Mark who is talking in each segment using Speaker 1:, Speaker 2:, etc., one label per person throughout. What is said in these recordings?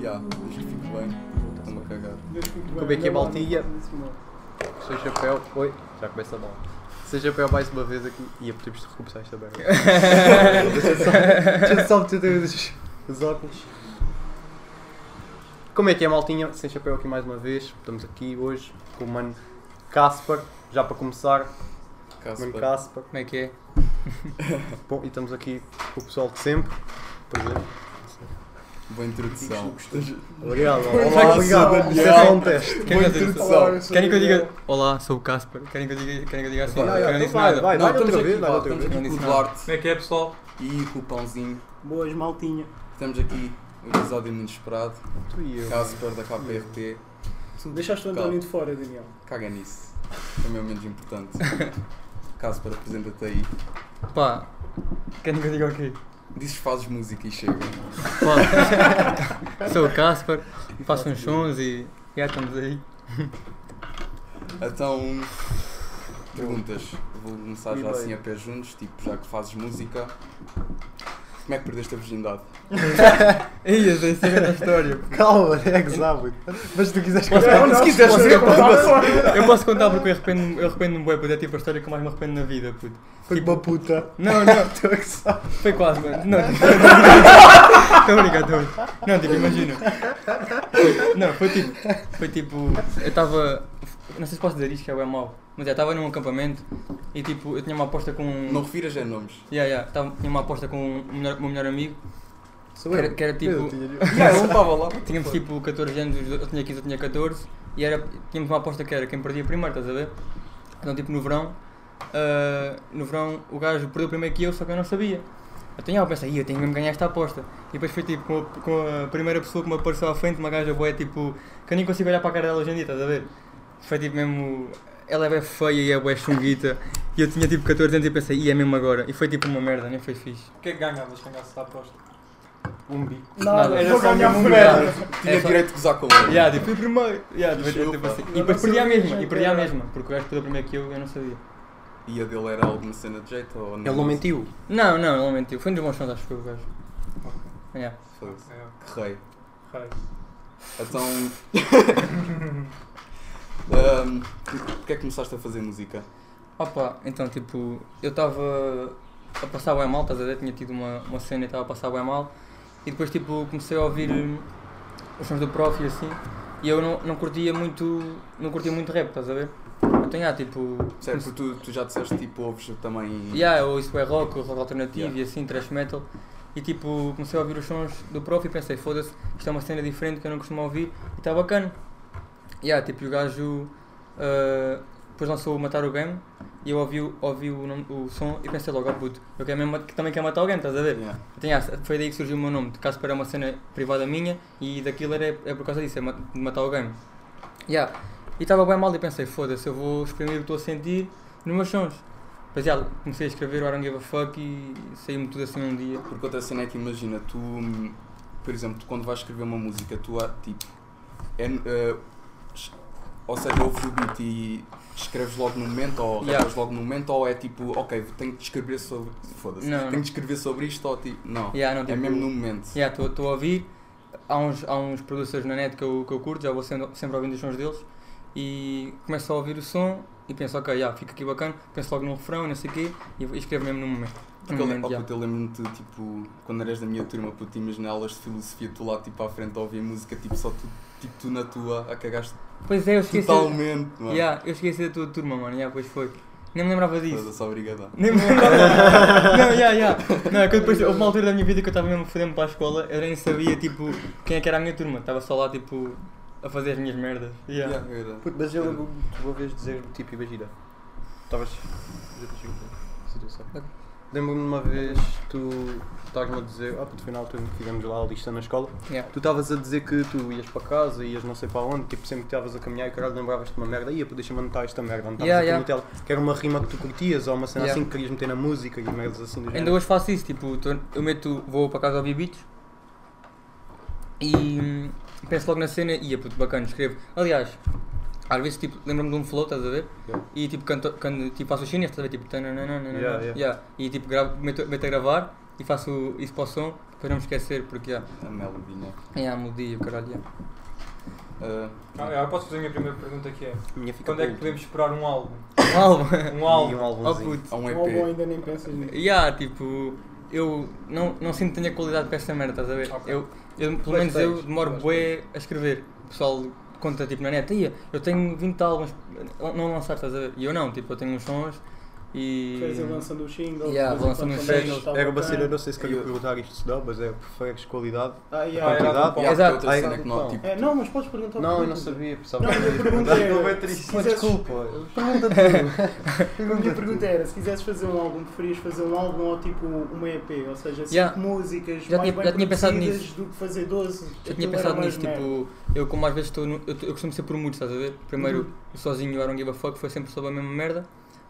Speaker 1: já, desde que fico bem,
Speaker 2: Tá
Speaker 1: estou-me a cagar. Como é que é, maltinha? Seu chapéu, oi, já começa mal. Seu chapéu mais uma vez aqui e é podemos recomeçar esta merda. Deixa-me só- Deixa-me só meter os, os óculos. Como é que é, maltinha? Sem chapéu aqui mais uma vez. Estamos aqui hoje com o mano Casper, já para começar. Mano Casper.
Speaker 3: Como é que é?
Speaker 1: Bom, e estamos aqui com o pessoal de sempre. Por exemplo.
Speaker 2: Boa introdução.
Speaker 1: Obrigado,
Speaker 2: Olá,
Speaker 1: olá, obrigado.
Speaker 2: sou
Speaker 1: Isto é só
Speaker 2: Daniel.
Speaker 1: um teste.
Speaker 3: Querem que eu diga-
Speaker 2: introdução.
Speaker 3: Querem que eu diga. Olá, sou o Casper. Querem que eu diga, querem que eu diga assim?
Speaker 2: Vai,
Speaker 3: Porque eu
Speaker 1: vai,
Speaker 3: não disse
Speaker 1: vai,
Speaker 3: nada.
Speaker 1: vai.
Speaker 2: Não,
Speaker 1: outra
Speaker 2: estamos
Speaker 1: vez,
Speaker 2: aqui,
Speaker 1: vai,
Speaker 2: pá,
Speaker 1: outra
Speaker 2: estamos
Speaker 1: vez.
Speaker 2: aqui com o
Speaker 3: Não disse
Speaker 2: Duarte
Speaker 3: Como é que é, pessoal?
Speaker 2: e com o Pãozinho.
Speaker 4: Boas, maltinha.
Speaker 2: Estamos aqui um episódio muito esperado.
Speaker 1: Tu e eu. né?
Speaker 2: Casper da KPRT.
Speaker 4: Deixaste o António de fora, Daniel.
Speaker 2: Caga nisso. Também é o menos importante. Casper, apresenta-te aí.
Speaker 3: Pá, querem que eu diga o quê?
Speaker 2: Dizes que fazes música e chega.
Speaker 3: Pá, sou o Casper, faço uns sons e. Já estamos aí.
Speaker 2: Então, perguntas. Vou começar
Speaker 1: E
Speaker 2: já
Speaker 1: bem.
Speaker 2: assim a pé juntos, tipo, já que fazes música. Como é que perdeste a virgindade?
Speaker 3: Ih, eu sei saber da história.
Speaker 1: Calma, é que sabe. Mas se tu quiseres
Speaker 3: Posso-
Speaker 1: contar-
Speaker 3: não,
Speaker 1: se
Speaker 2: quiseres
Speaker 1: posso
Speaker 2: saber,
Speaker 1: contar-
Speaker 3: Eu posso contar porque eu arrependo-me eu arrependo bué, puto. É tipo a história que eu mais me arrependo na vida, puto.
Speaker 1: Foi
Speaker 3: Tipo-
Speaker 1: uma puta.
Speaker 3: Não, não,
Speaker 1: Tu é que sabes.
Speaker 3: foi quase, mano. Não, tipo. Estou brincando, estou brincando. Não, tipo, imagina. Não, foi tipo. Foi tipo. Eu estava. Não sei se posso dizer isto que é bué mau. Mas é, estava num acampamento e tipo, eu tinha uma aposta com. um-
Speaker 2: Não refiras a nomes.
Speaker 3: Yeah, yeah. Tava, tinha uma aposta com o melhor, o meu melhor amigo.
Speaker 1: Sou
Speaker 3: Que
Speaker 1: eu.
Speaker 3: era- que era tipo-
Speaker 1: Eu tinha-
Speaker 2: Yeah, ele não estava lá.
Speaker 3: Tínhamos tipo 14 anos, os dois- eu tinha 15, eu tinha 14. E era, tínhamos uma aposta que era quem perdia primeiro, estás a ver? Então, tipo, no verão, ah, no verão o gajo perdeu primeiro que eu, só que eu não sabia. Então, yeah, eu pensei, "Ih, eu tenho mesmo que ganhar esta aposta. E depois fui tipo, com a, com a primeira pessoa que me apareceu à frente, uma gaja boa, tipo, que eu nem consigo olhar para a cara dela hoje em dia, estás a ver? Foi tipo mesmo. Ela é bem feia e é bem chunguita. E eu tinha tipo 14 anos e pensei, e é mesmo agora. E foi tipo uma merda, nem foi fixe.
Speaker 5: O que é que ganhavas se ganhasse a aposta?
Speaker 1: Um bico.
Speaker 3: Nada.
Speaker 5: Era só
Speaker 4: ganhar
Speaker 5: mesmo um
Speaker 4: Fred.
Speaker 5: lugar.
Speaker 2: Tinha
Speaker 3: É só-
Speaker 2: direito de gozar com ele.
Speaker 3: Yeah, tipo, fui primeiro. Yeah, devia ter,
Speaker 2: Chupa.
Speaker 3: tipo, assim. E
Speaker 4: Não,
Speaker 3: depois
Speaker 4: não
Speaker 3: perdi a
Speaker 4: sabia,
Speaker 3: mesma, e
Speaker 4: gente,
Speaker 3: perdi a
Speaker 4: era.
Speaker 3: mesma, porque o gajo perdeu primeiro que eu eu não sabia.
Speaker 2: E a dele era alguma cena de jeito ou não?
Speaker 1: Ele não mentiu.
Speaker 3: Não, não, ele mentiu. Foi um dos bons sons, acho que foi o gajo. Yeah.
Speaker 2: Foi.
Speaker 5: É,
Speaker 2: Que rei.
Speaker 5: raio.
Speaker 2: Então. Ahm, Porquê é que começaste a fazer música?
Speaker 3: Opa, então, tipo, eu estava a passar bem mal, estás a ver? Tinha tido uma, uma cena e estava a passar bem mal. E depois, tipo, comecei a ouvir hum, os sons do prof e assim. E eu não, não curtia muito, não curtia muito rap, estás a ver? Então, yeah, tipo...
Speaker 2: Sério, porque tu, tu já disseste tipo ouves também.
Speaker 3: Yeah, eu ouço é rock, rock alternativo
Speaker 2: Yeah.
Speaker 3: e assim, thrash metal. E tipo, comecei a ouvir os sons do prof e pensei, foda-se, isto é uma cena diferente que eu não costumo ouvir e está bacana. Yeah, tipo, e o gajo ah, depois lançou o Matar o Game e eu ouvi, o- ouvi o, nome- o som e pensei logo, ó puto, eu quero mesmo, que também quero matar alguém, estás a ver?
Speaker 2: Yeah.
Speaker 3: Então, yeah, foi daí que surgiu o meu nome, de Casper é uma cena privada minha e daquilo era, é por causa disso, é ma- de matar o game. Yeah. E estava bem mal e pensei, foda-se, eu vou exprimir o que estou a sentir nos meus sons. Pois yeah, comecei a escrever o I don't give a fuck e saiu-me tudo assim um dia.
Speaker 2: Porque outra cena é que imagina, tu, hum, por exemplo, tu quando vais escrever uma música, tu há tipo. É, eh, es- ou seja, ouves o beat e escreves logo no momento, ou
Speaker 3: Yeah.
Speaker 2: repas logo no momento, ou é tipo, ok, tenho de escrever sobre. Foda-se.
Speaker 3: Não,
Speaker 2: Tenho
Speaker 3: não.
Speaker 2: de escrever sobre isto, ou tipo. Não.
Speaker 3: Yeah, não,
Speaker 2: É
Speaker 3: tipo,
Speaker 2: mesmo no momento.
Speaker 3: Estou a ouvir, há uns, há uns producers na net que eu, que eu curto, já vou sendo- sempre ouvindo os sons deles e começo a ouvir o som e penso, ok, yeah, fica aqui bacana, penso logo no refrão e não sei o quê e e escrevo mesmo no momento. No
Speaker 2: Porque eu,
Speaker 3: momento,
Speaker 2: lembro- oh,
Speaker 3: yeah.
Speaker 2: puto, eu lembro-me de, tipo, quando eras da minha turma, puto, imagina aulas de filosofia, tu lá, tipo, à frente a ouvir música, tipo, só tu, tipo, tu na tua, a cagaste
Speaker 3: Pois é, eu esqueci.
Speaker 2: Tipo, totalmente, é? mano.
Speaker 3: Yeah, eu esqueci da tua turma, mano. Yeah, pois foi. Nem me lembrava disso.
Speaker 2: Foda-se, obrigadão.
Speaker 3: Nem me lembrava. não, yeah, yeah. Não, é que eu depois houve uma altura da minha vida que eu estava mesmo fodendo para a escola, eu nem sabia tipo quem é que era a minha turma. Estava só lá tipo a fazer as minhas merdas. Yeah.
Speaker 2: Yeah, era.
Speaker 1: Puto, Mas eu lembro-me de uma vez dizer, tipo, imagina. Estavas. é? situação. Lembro-me de uma vez tu estavas-me a dizer, ah, puto, final tu fizemos lá a lista na escola.
Speaker 3: Yeah.
Speaker 1: Tu estavas a dizer que tu ias para casa, ias não sei para onde, tipo, sempre que estavas a caminhar e caralho lembravas-te de uma merda, ia, pô, deixa-me anotar esta merda, não
Speaker 3: Yeah,
Speaker 1: estavas aqui no tele, que era uma rima que tu curtias ou uma cena
Speaker 3: Yeah.
Speaker 1: assim que querias meter na música e merdas assim do
Speaker 3: Ainda
Speaker 1: género.
Speaker 3: hoje faço isso, tipo, tô- eu meto, vou para casa ouvir beats e hum, penso logo na cena e é puto bacana, escrevo. Aliás, às vezes tipo, lembro-me de um flow, estás a ver?
Speaker 1: Yeah.
Speaker 3: E tipo, canto, canto, tipo faço os chineses, estás a ver? Tipo, tananana,
Speaker 1: Yeah, yeah.
Speaker 3: yeah. e tipo, gravo, meto, meto a gravar e faço isso para o som, Para não me esquecer, porque já.
Speaker 2: A melodinha.
Speaker 3: É a melodia, caralho. já.
Speaker 2: Ah,
Speaker 6: Ah, eu posso fazer a minha primeira pergunta que é:
Speaker 1: Minha fica
Speaker 6: quando é que
Speaker 1: para o último.
Speaker 6: podemos esperar um álbum?
Speaker 3: Um álbum.
Speaker 1: E um
Speaker 6: Um álbum.
Speaker 3: Oh
Speaker 1: álbumzinho.
Speaker 3: puto.
Speaker 2: há um
Speaker 4: Um álbum
Speaker 2: EP.
Speaker 4: ainda nem pensas nisso.
Speaker 3: Yeah, tipo, eu não, não sinto que tenha qualidade para essa merda, estás a ver?
Speaker 6: Ok.
Speaker 3: Eu, eu,
Speaker 1: Mas
Speaker 3: pelo menos
Speaker 1: tens,
Speaker 3: eu demoro
Speaker 1: mas
Speaker 3: bué a escrever. O pessoal conta tipo na net, "Ia, eu tenho 20 álbuns não lançar, estás a ver? E eu não, tipo, eu tenho uns sons e.
Speaker 4: Fez um a lança dos singles.
Speaker 3: Yeah,
Speaker 4: depois
Speaker 3: lança
Speaker 4: enquanto
Speaker 3: dos
Speaker 4: também
Speaker 3: singles.
Speaker 4: estava
Speaker 1: Era uma cena,
Speaker 4: bacana.
Speaker 1: não sei se queria perguntar isto se não, mas é, preferes qualidade?
Speaker 4: Ah,
Speaker 1: A
Speaker 4: yeah, era-
Speaker 1: quantidade?
Speaker 2: E há
Speaker 3: Exato.
Speaker 2: outra cena que não,
Speaker 1: Ai,
Speaker 2: tipo,
Speaker 4: É, não, mas podes perguntar.
Speaker 1: Não, eu não
Speaker 4: perguntas.
Speaker 1: sabia, pensava
Speaker 4: Não,
Speaker 1: que
Speaker 4: a minha
Speaker 1: ia
Speaker 4: pergunta
Speaker 1: perguntar.
Speaker 4: era-
Speaker 1: Não é triste.
Speaker 4: se quisesses-
Speaker 1: Desculpa, pergunta tu.
Speaker 4: A minha pergunta era, se quisesses fazer um álbum, preferias fazer um álbum ou tipo uma EP? Ou seja, cinco
Speaker 3: Yeah.
Speaker 4: músicas
Speaker 3: Já
Speaker 4: mais
Speaker 3: tinha-
Speaker 4: bem
Speaker 3: já tinha pensado
Speaker 4: produzidas
Speaker 3: nisso.
Speaker 4: do que fazer 12.
Speaker 3: Eu tinha
Speaker 4: Aquilo era
Speaker 3: pensado
Speaker 4: mais
Speaker 3: nisso,
Speaker 4: merda.
Speaker 3: tipo, eu como às vezes estou. no- Eu, eu costumo ser por moods, estás a ver? Primeiro,
Speaker 4: Uhum.
Speaker 3: eu sozinho, I don't give a fuck, foi sempre sobre a mesma merda,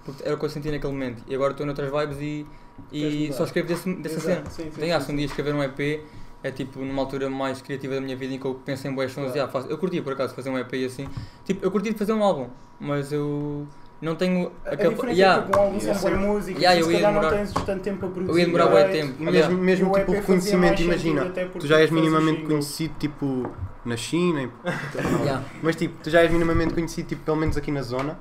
Speaker 3: porque era o que eu sentia naquele momento. E agora estou noutras vibes e,
Speaker 4: Queres
Speaker 3: e
Speaker 4: mudar.
Speaker 3: só escrevo desse, dessa
Speaker 4: Exato,
Speaker 3: cena.
Speaker 4: sim, sim,
Speaker 3: Tenho
Speaker 4: sim,
Speaker 3: se um dia escrever um EP, é tipo numa altura mais criativa da minha vida em que eu penso em boas sons e ah, faço. Eu curtia por acaso fazer um EP e assim. Tipo, eu curtia de fazer um álbum, mas eu não tenho
Speaker 4: A, a
Speaker 3: capa-
Speaker 4: diferença
Speaker 3: Yeah,
Speaker 4: é que com álbum
Speaker 2: Yeah.
Speaker 4: são boas músicas,
Speaker 3: Yeah,
Speaker 4: e
Speaker 3: eu
Speaker 4: se
Speaker 3: ia
Speaker 4: calhar não
Speaker 3: demorar-
Speaker 4: tens tanto tempo a produzir.
Speaker 3: eu ia demorar bué
Speaker 4: direito.
Speaker 3: tempo.
Speaker 1: Mesmo-
Speaker 3: yeah.
Speaker 4: E
Speaker 1: Mesmo
Speaker 4: o
Speaker 1: tipo
Speaker 4: EP fazia
Speaker 1: reconhecimento,
Speaker 4: mais sentido,
Speaker 1: imagina.
Speaker 4: até porque
Speaker 1: Tu já és
Speaker 4: fazes
Speaker 1: minimamente
Speaker 4: singles.
Speaker 1: conhecido, tipo, na China, em
Speaker 4: é
Speaker 3: Yeah.
Speaker 1: Mas tipo, tu já és minimamente conhecido, tipo, pelo menos aqui na zona.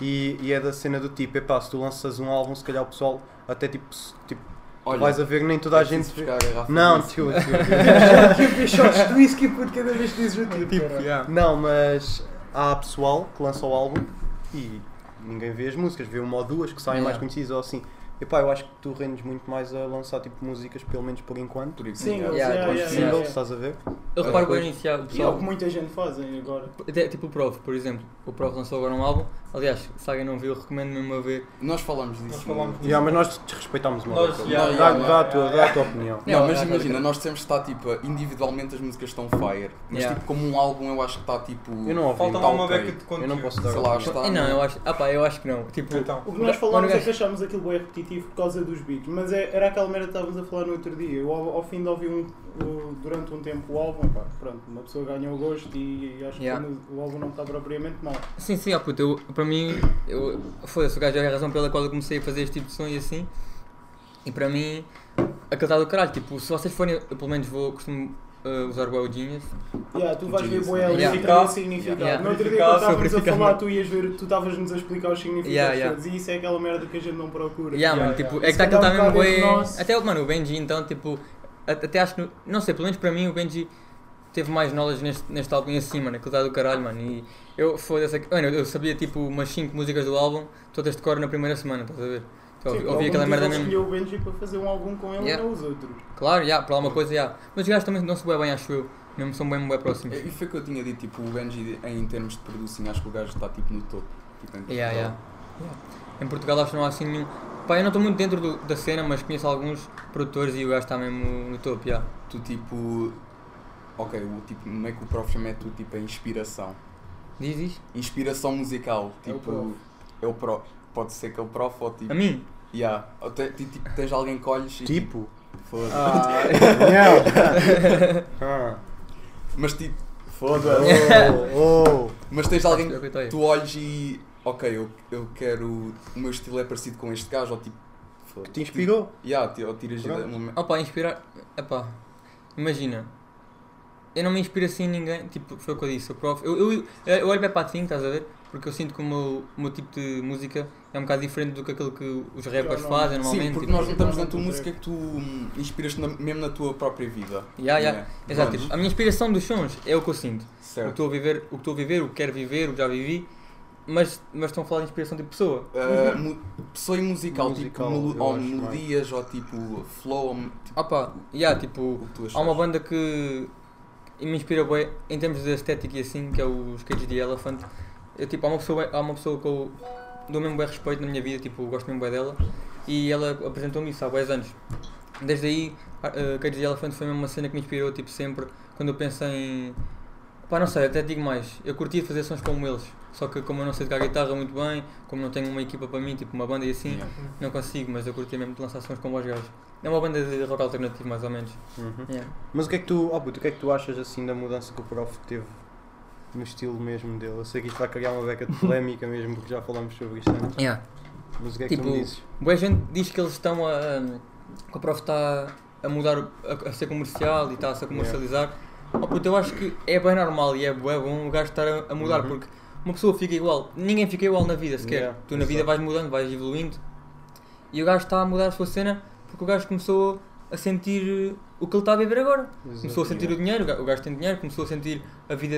Speaker 1: E, e é da cena do tipo, epá, se tu lanças um álbum, se calhar o pessoal até tipo, se- tipo
Speaker 2: olha, é
Speaker 1: vais a ver, nem toda a
Speaker 2: preciso
Speaker 1: gente. vê.
Speaker 2: buscar a garrafa
Speaker 1: Não,
Speaker 2: disso.
Speaker 1: tio, tio, Tipo,
Speaker 4: Fiz shots de whisky por cada vez que dizes o tipo.
Speaker 3: Tipo,
Speaker 4: caralho.
Speaker 3: yeah.
Speaker 1: Não, mas há pessoal que lança o álbum e ninguém vê as músicas, vê uma ou duas que saem
Speaker 3: Yeah.
Speaker 1: mais conhecidas ou assim. Epá, eu acho que tu rendes muito mais a lançar tipo músicas, pelo menos por enquanto.
Speaker 2: Por isso,
Speaker 4: Singles,
Speaker 2: yeah.
Speaker 3: Yeah,
Speaker 4: yeah,
Speaker 1: Os
Speaker 4: yeah, yeah, yeah.
Speaker 1: singles, estás a ver?
Speaker 3: Eu reparo bem nisso,
Speaker 4: E é
Speaker 3: yeah, o
Speaker 4: o
Speaker 3: pessoal.
Speaker 4: que muita gente fazem agora.
Speaker 3: Até, tipo o Prof, por exemplo. O Prof lançou agora um álbum. Aliás, se alguém não viu, eu recomendo mesmo a ver.
Speaker 2: Nós falámos disso.
Speaker 6: Nós falámos
Speaker 2: no-
Speaker 1: Yeah, mas nós respeitámos uma
Speaker 6: Nós-
Speaker 1: outra.
Speaker 6: yeah,
Speaker 1: dá,
Speaker 2: Ah, yeah,
Speaker 1: dá,
Speaker 6: yeah,
Speaker 1: a tua,
Speaker 6: yeah.
Speaker 1: dá a tua opinião.
Speaker 2: Não,
Speaker 3: Yeah,
Speaker 2: mas
Speaker 3: yeah,
Speaker 2: imagina,
Speaker 3: yeah.
Speaker 2: nós temos que estar tipo, individualmente as músicas estão fire, mas
Speaker 3: Yeah.
Speaker 2: tipo, como um álbum eu acho que está tipo.
Speaker 1: Eu não ouvi.
Speaker 6: Falta
Speaker 2: Então,
Speaker 6: lá uma
Speaker 2: ok.
Speaker 6: beca de
Speaker 1: Eu
Speaker 6: conteúdo.
Speaker 1: não posso dar
Speaker 2: Sei lá,
Speaker 1: opinião.
Speaker 2: acho que está.
Speaker 3: Eh, não, eu acho. Ah pá, eu acho que não. Tipo,
Speaker 6: Então,
Speaker 4: O que nós falámos é
Speaker 3: Gajo-
Speaker 4: que achámos aquilo bem repetitivo por causa dos beats, mas é- era aquela merda que estávamos a falar no outro dia. Eu, ao, ao fim de ouvir um, o- durante um tempo o álbum, pá, pronto, uma pessoa ganha o gosto e, e acho
Speaker 3: Yeah.
Speaker 4: que quando o álbum não está propriamente mal.
Speaker 3: Sim, sim, ó puto, eu, para mim, eu, foda-se, o gajo é a razão pela qual eu comecei a fazer este tipo de som e assim. E para mim, aquele está do caralho, tipo, se vocês forem, eu pelo menos vou, costumo eh, usar o Genius.
Speaker 4: Yeah, tu vais ver
Speaker 2: Genius,
Speaker 4: boé
Speaker 2: né?
Speaker 4: ali
Speaker 3: Yeah.
Speaker 4: yeah. significado.
Speaker 3: Yeah.
Speaker 4: No outro dia quando
Speaker 6: Significado,
Speaker 4: estávamos a
Speaker 3: significado.
Speaker 4: falar, tu ias ver, tu estavas-nos a explicar os significados
Speaker 3: Yeah, yeah.
Speaker 4: todos e isso é aquela merda que a gente não procura.
Speaker 3: Yeah, mano,
Speaker 6: yeah.
Speaker 3: tipo, é que
Speaker 4: Isso
Speaker 3: está aquele
Speaker 4: dá um
Speaker 3: está mesmo
Speaker 4: bocado
Speaker 3: bué.
Speaker 4: entre nós.
Speaker 3: Até, o- mano, o Benji então, tipo, a- até acho que, no- não sei, pelo menos para mim o Benji teve mais knowledge neste, neste álbum e assim, mano, aquele está do caralho, mano. E eu, foda-se, aqu- mano, eu sabia tipo umas 5 músicas do álbum, todas de cor na primeira semana, estás a ver? Então,
Speaker 4: Sim,
Speaker 3: ouvi,
Speaker 4: por
Speaker 3: ouvi
Speaker 4: tipo, algum
Speaker 3: aquela
Speaker 4: motivo
Speaker 3: merda
Speaker 4: ele
Speaker 3: mesmo.
Speaker 4: escolheu o Benji para fazer um álbum com ele
Speaker 3: Yeah.
Speaker 4: e não os outros.
Speaker 3: Claro, já, para alguma coisa, já. Mas os gajos também não se bué bem, acho eu. Mesmo são bem, bem próximos.
Speaker 2: E foi o que eu tinha dito, tipo, o Benji em termos de produção, acho que o gajo está tipo no topo. Tipo, em Portugal.
Speaker 3: Yeah, yeah. Em Portugal acho que não há assim nenhum. Pá, eu não estou muito dentro do- da cena, mas conheço alguns produtores e o gajo está mesmo no topo, já.
Speaker 2: Tu tipo. Ok, o tipo, meio que o prof chama é tu tipo a inspiração.
Speaker 3: Diz, diz.
Speaker 2: Inspiração musical,
Speaker 4: É o
Speaker 2: tipo. É o prof. Pode ser que é o prof ou tipo.
Speaker 3: A mim?
Speaker 2: Yeah. Ou te- ti- tipo, tens alguém que olhes e tipo.
Speaker 1: Tipo.
Speaker 2: Foda-se.
Speaker 1: Ah.
Speaker 2: Mas tipo. Foda-se.
Speaker 1: Oh, oh.
Speaker 2: Mas tens alguém
Speaker 3: é Eu coitei.
Speaker 2: que tu olhes e. Ok, eu, eu quero. O meu estilo é parecido com este gajo ou tipo.
Speaker 1: Que
Speaker 2: foda-se. Tipo,
Speaker 1: te inspirou?
Speaker 2: Yeah, ti- ou tiras
Speaker 1: Pronto.
Speaker 2: ideia- uma-
Speaker 3: Opa, inspirar. Epá, imagina. Eu não me inspiro assim em ninguém. Tipo, foi o que eu disse, o prof. Eu, eu, eu, eu olho bem para a Think, estás a ver? Porque eu sinto que o meu, o meu tipo de música é um bocado diferente do que aquilo que os rappers
Speaker 4: não-
Speaker 3: fazem normalmente.
Speaker 2: Sim, porque
Speaker 3: tipo,
Speaker 2: nós não estamos na
Speaker 4: Normalmente,
Speaker 2: tua
Speaker 4: não
Speaker 2: música que tu hum, inspiras-te na- mesmo na tua própria vida.
Speaker 3: Yeah, yeah.
Speaker 2: Não é?
Speaker 3: Exato,
Speaker 2: Pronto,
Speaker 3: tipo, a minha inspiração dos sons é o que eu sinto. O que
Speaker 2: Certo.
Speaker 3: estou a viver, o que estou a viver, o que quero viver, o que já vivi, mas, mas estão a falar de inspiração de pessoa.
Speaker 2: Uh, mu- pessoa e musical,
Speaker 1: Uhum. Musical,
Speaker 2: tipo,
Speaker 1: eu
Speaker 2: melo- ou
Speaker 1: acho mais.
Speaker 2: melodias, ou tipo, flow, ou, tipo,
Speaker 3: Opa, yeah, tipo,
Speaker 2: o que tu achas.
Speaker 3: há uma banda que me inspira bem em termos de estética e assim, que é os Cage the Elephant. Eu, tipo, há uma pessoa, há uma pessoa que eu dou mesmo bem respeito na minha vida, tipo, eu gosto mesmo bem dela, e ela apresentou-me isso há 10 anos. Desde aí, uh, Cage the Elephant foi mesmo uma cena que me inspirou, tipo, sempre, quando eu penso em... Pá, não sei, até digo mais, eu curtia fazer sons como eles, só que como eu não sei tocar guitarra muito bem, como não tenho uma equipa para mim, tipo uma banda e assim,
Speaker 2: Yeah.
Speaker 3: não consigo, mas eu curtia mesmo de lançar sons como os gajos. É uma banda de rock alternativo, mais ou menos. Yeah.
Speaker 1: Mas o que é que tu, oh, puto, o que é que tu achas assim da mudança que o prof teve no estilo mesmo dele? Eu sei que isto vai criar uma beca de polémica mesmo, porque já falámos sobre isto antes.
Speaker 3: Yeah.
Speaker 1: Mas o que é que tu
Speaker 3: Tipo,
Speaker 1: me dizes?
Speaker 3: Boa gente diz que eles estão a. um, que o prof está a mudar, o- a, a ser comercial e está a se comercializar. Oh, puto, eu acho que é bem normal e é bué bom o gajo estar a, a mudar,
Speaker 7: Uhum.
Speaker 3: porque uma pessoa fica igual, ninguém fica igual na vida sequer.
Speaker 7: Yeah,
Speaker 3: tu na vida
Speaker 7: exato.
Speaker 3: vais mudando, vais evoluindo. E o gajo está a mudar a sua cena porque o gajo começou a sentir eh, o que ele está a viver agora. Começou a sentir o dinheiro, o ga- o gajo tem dinheiro, começou a sentir a vida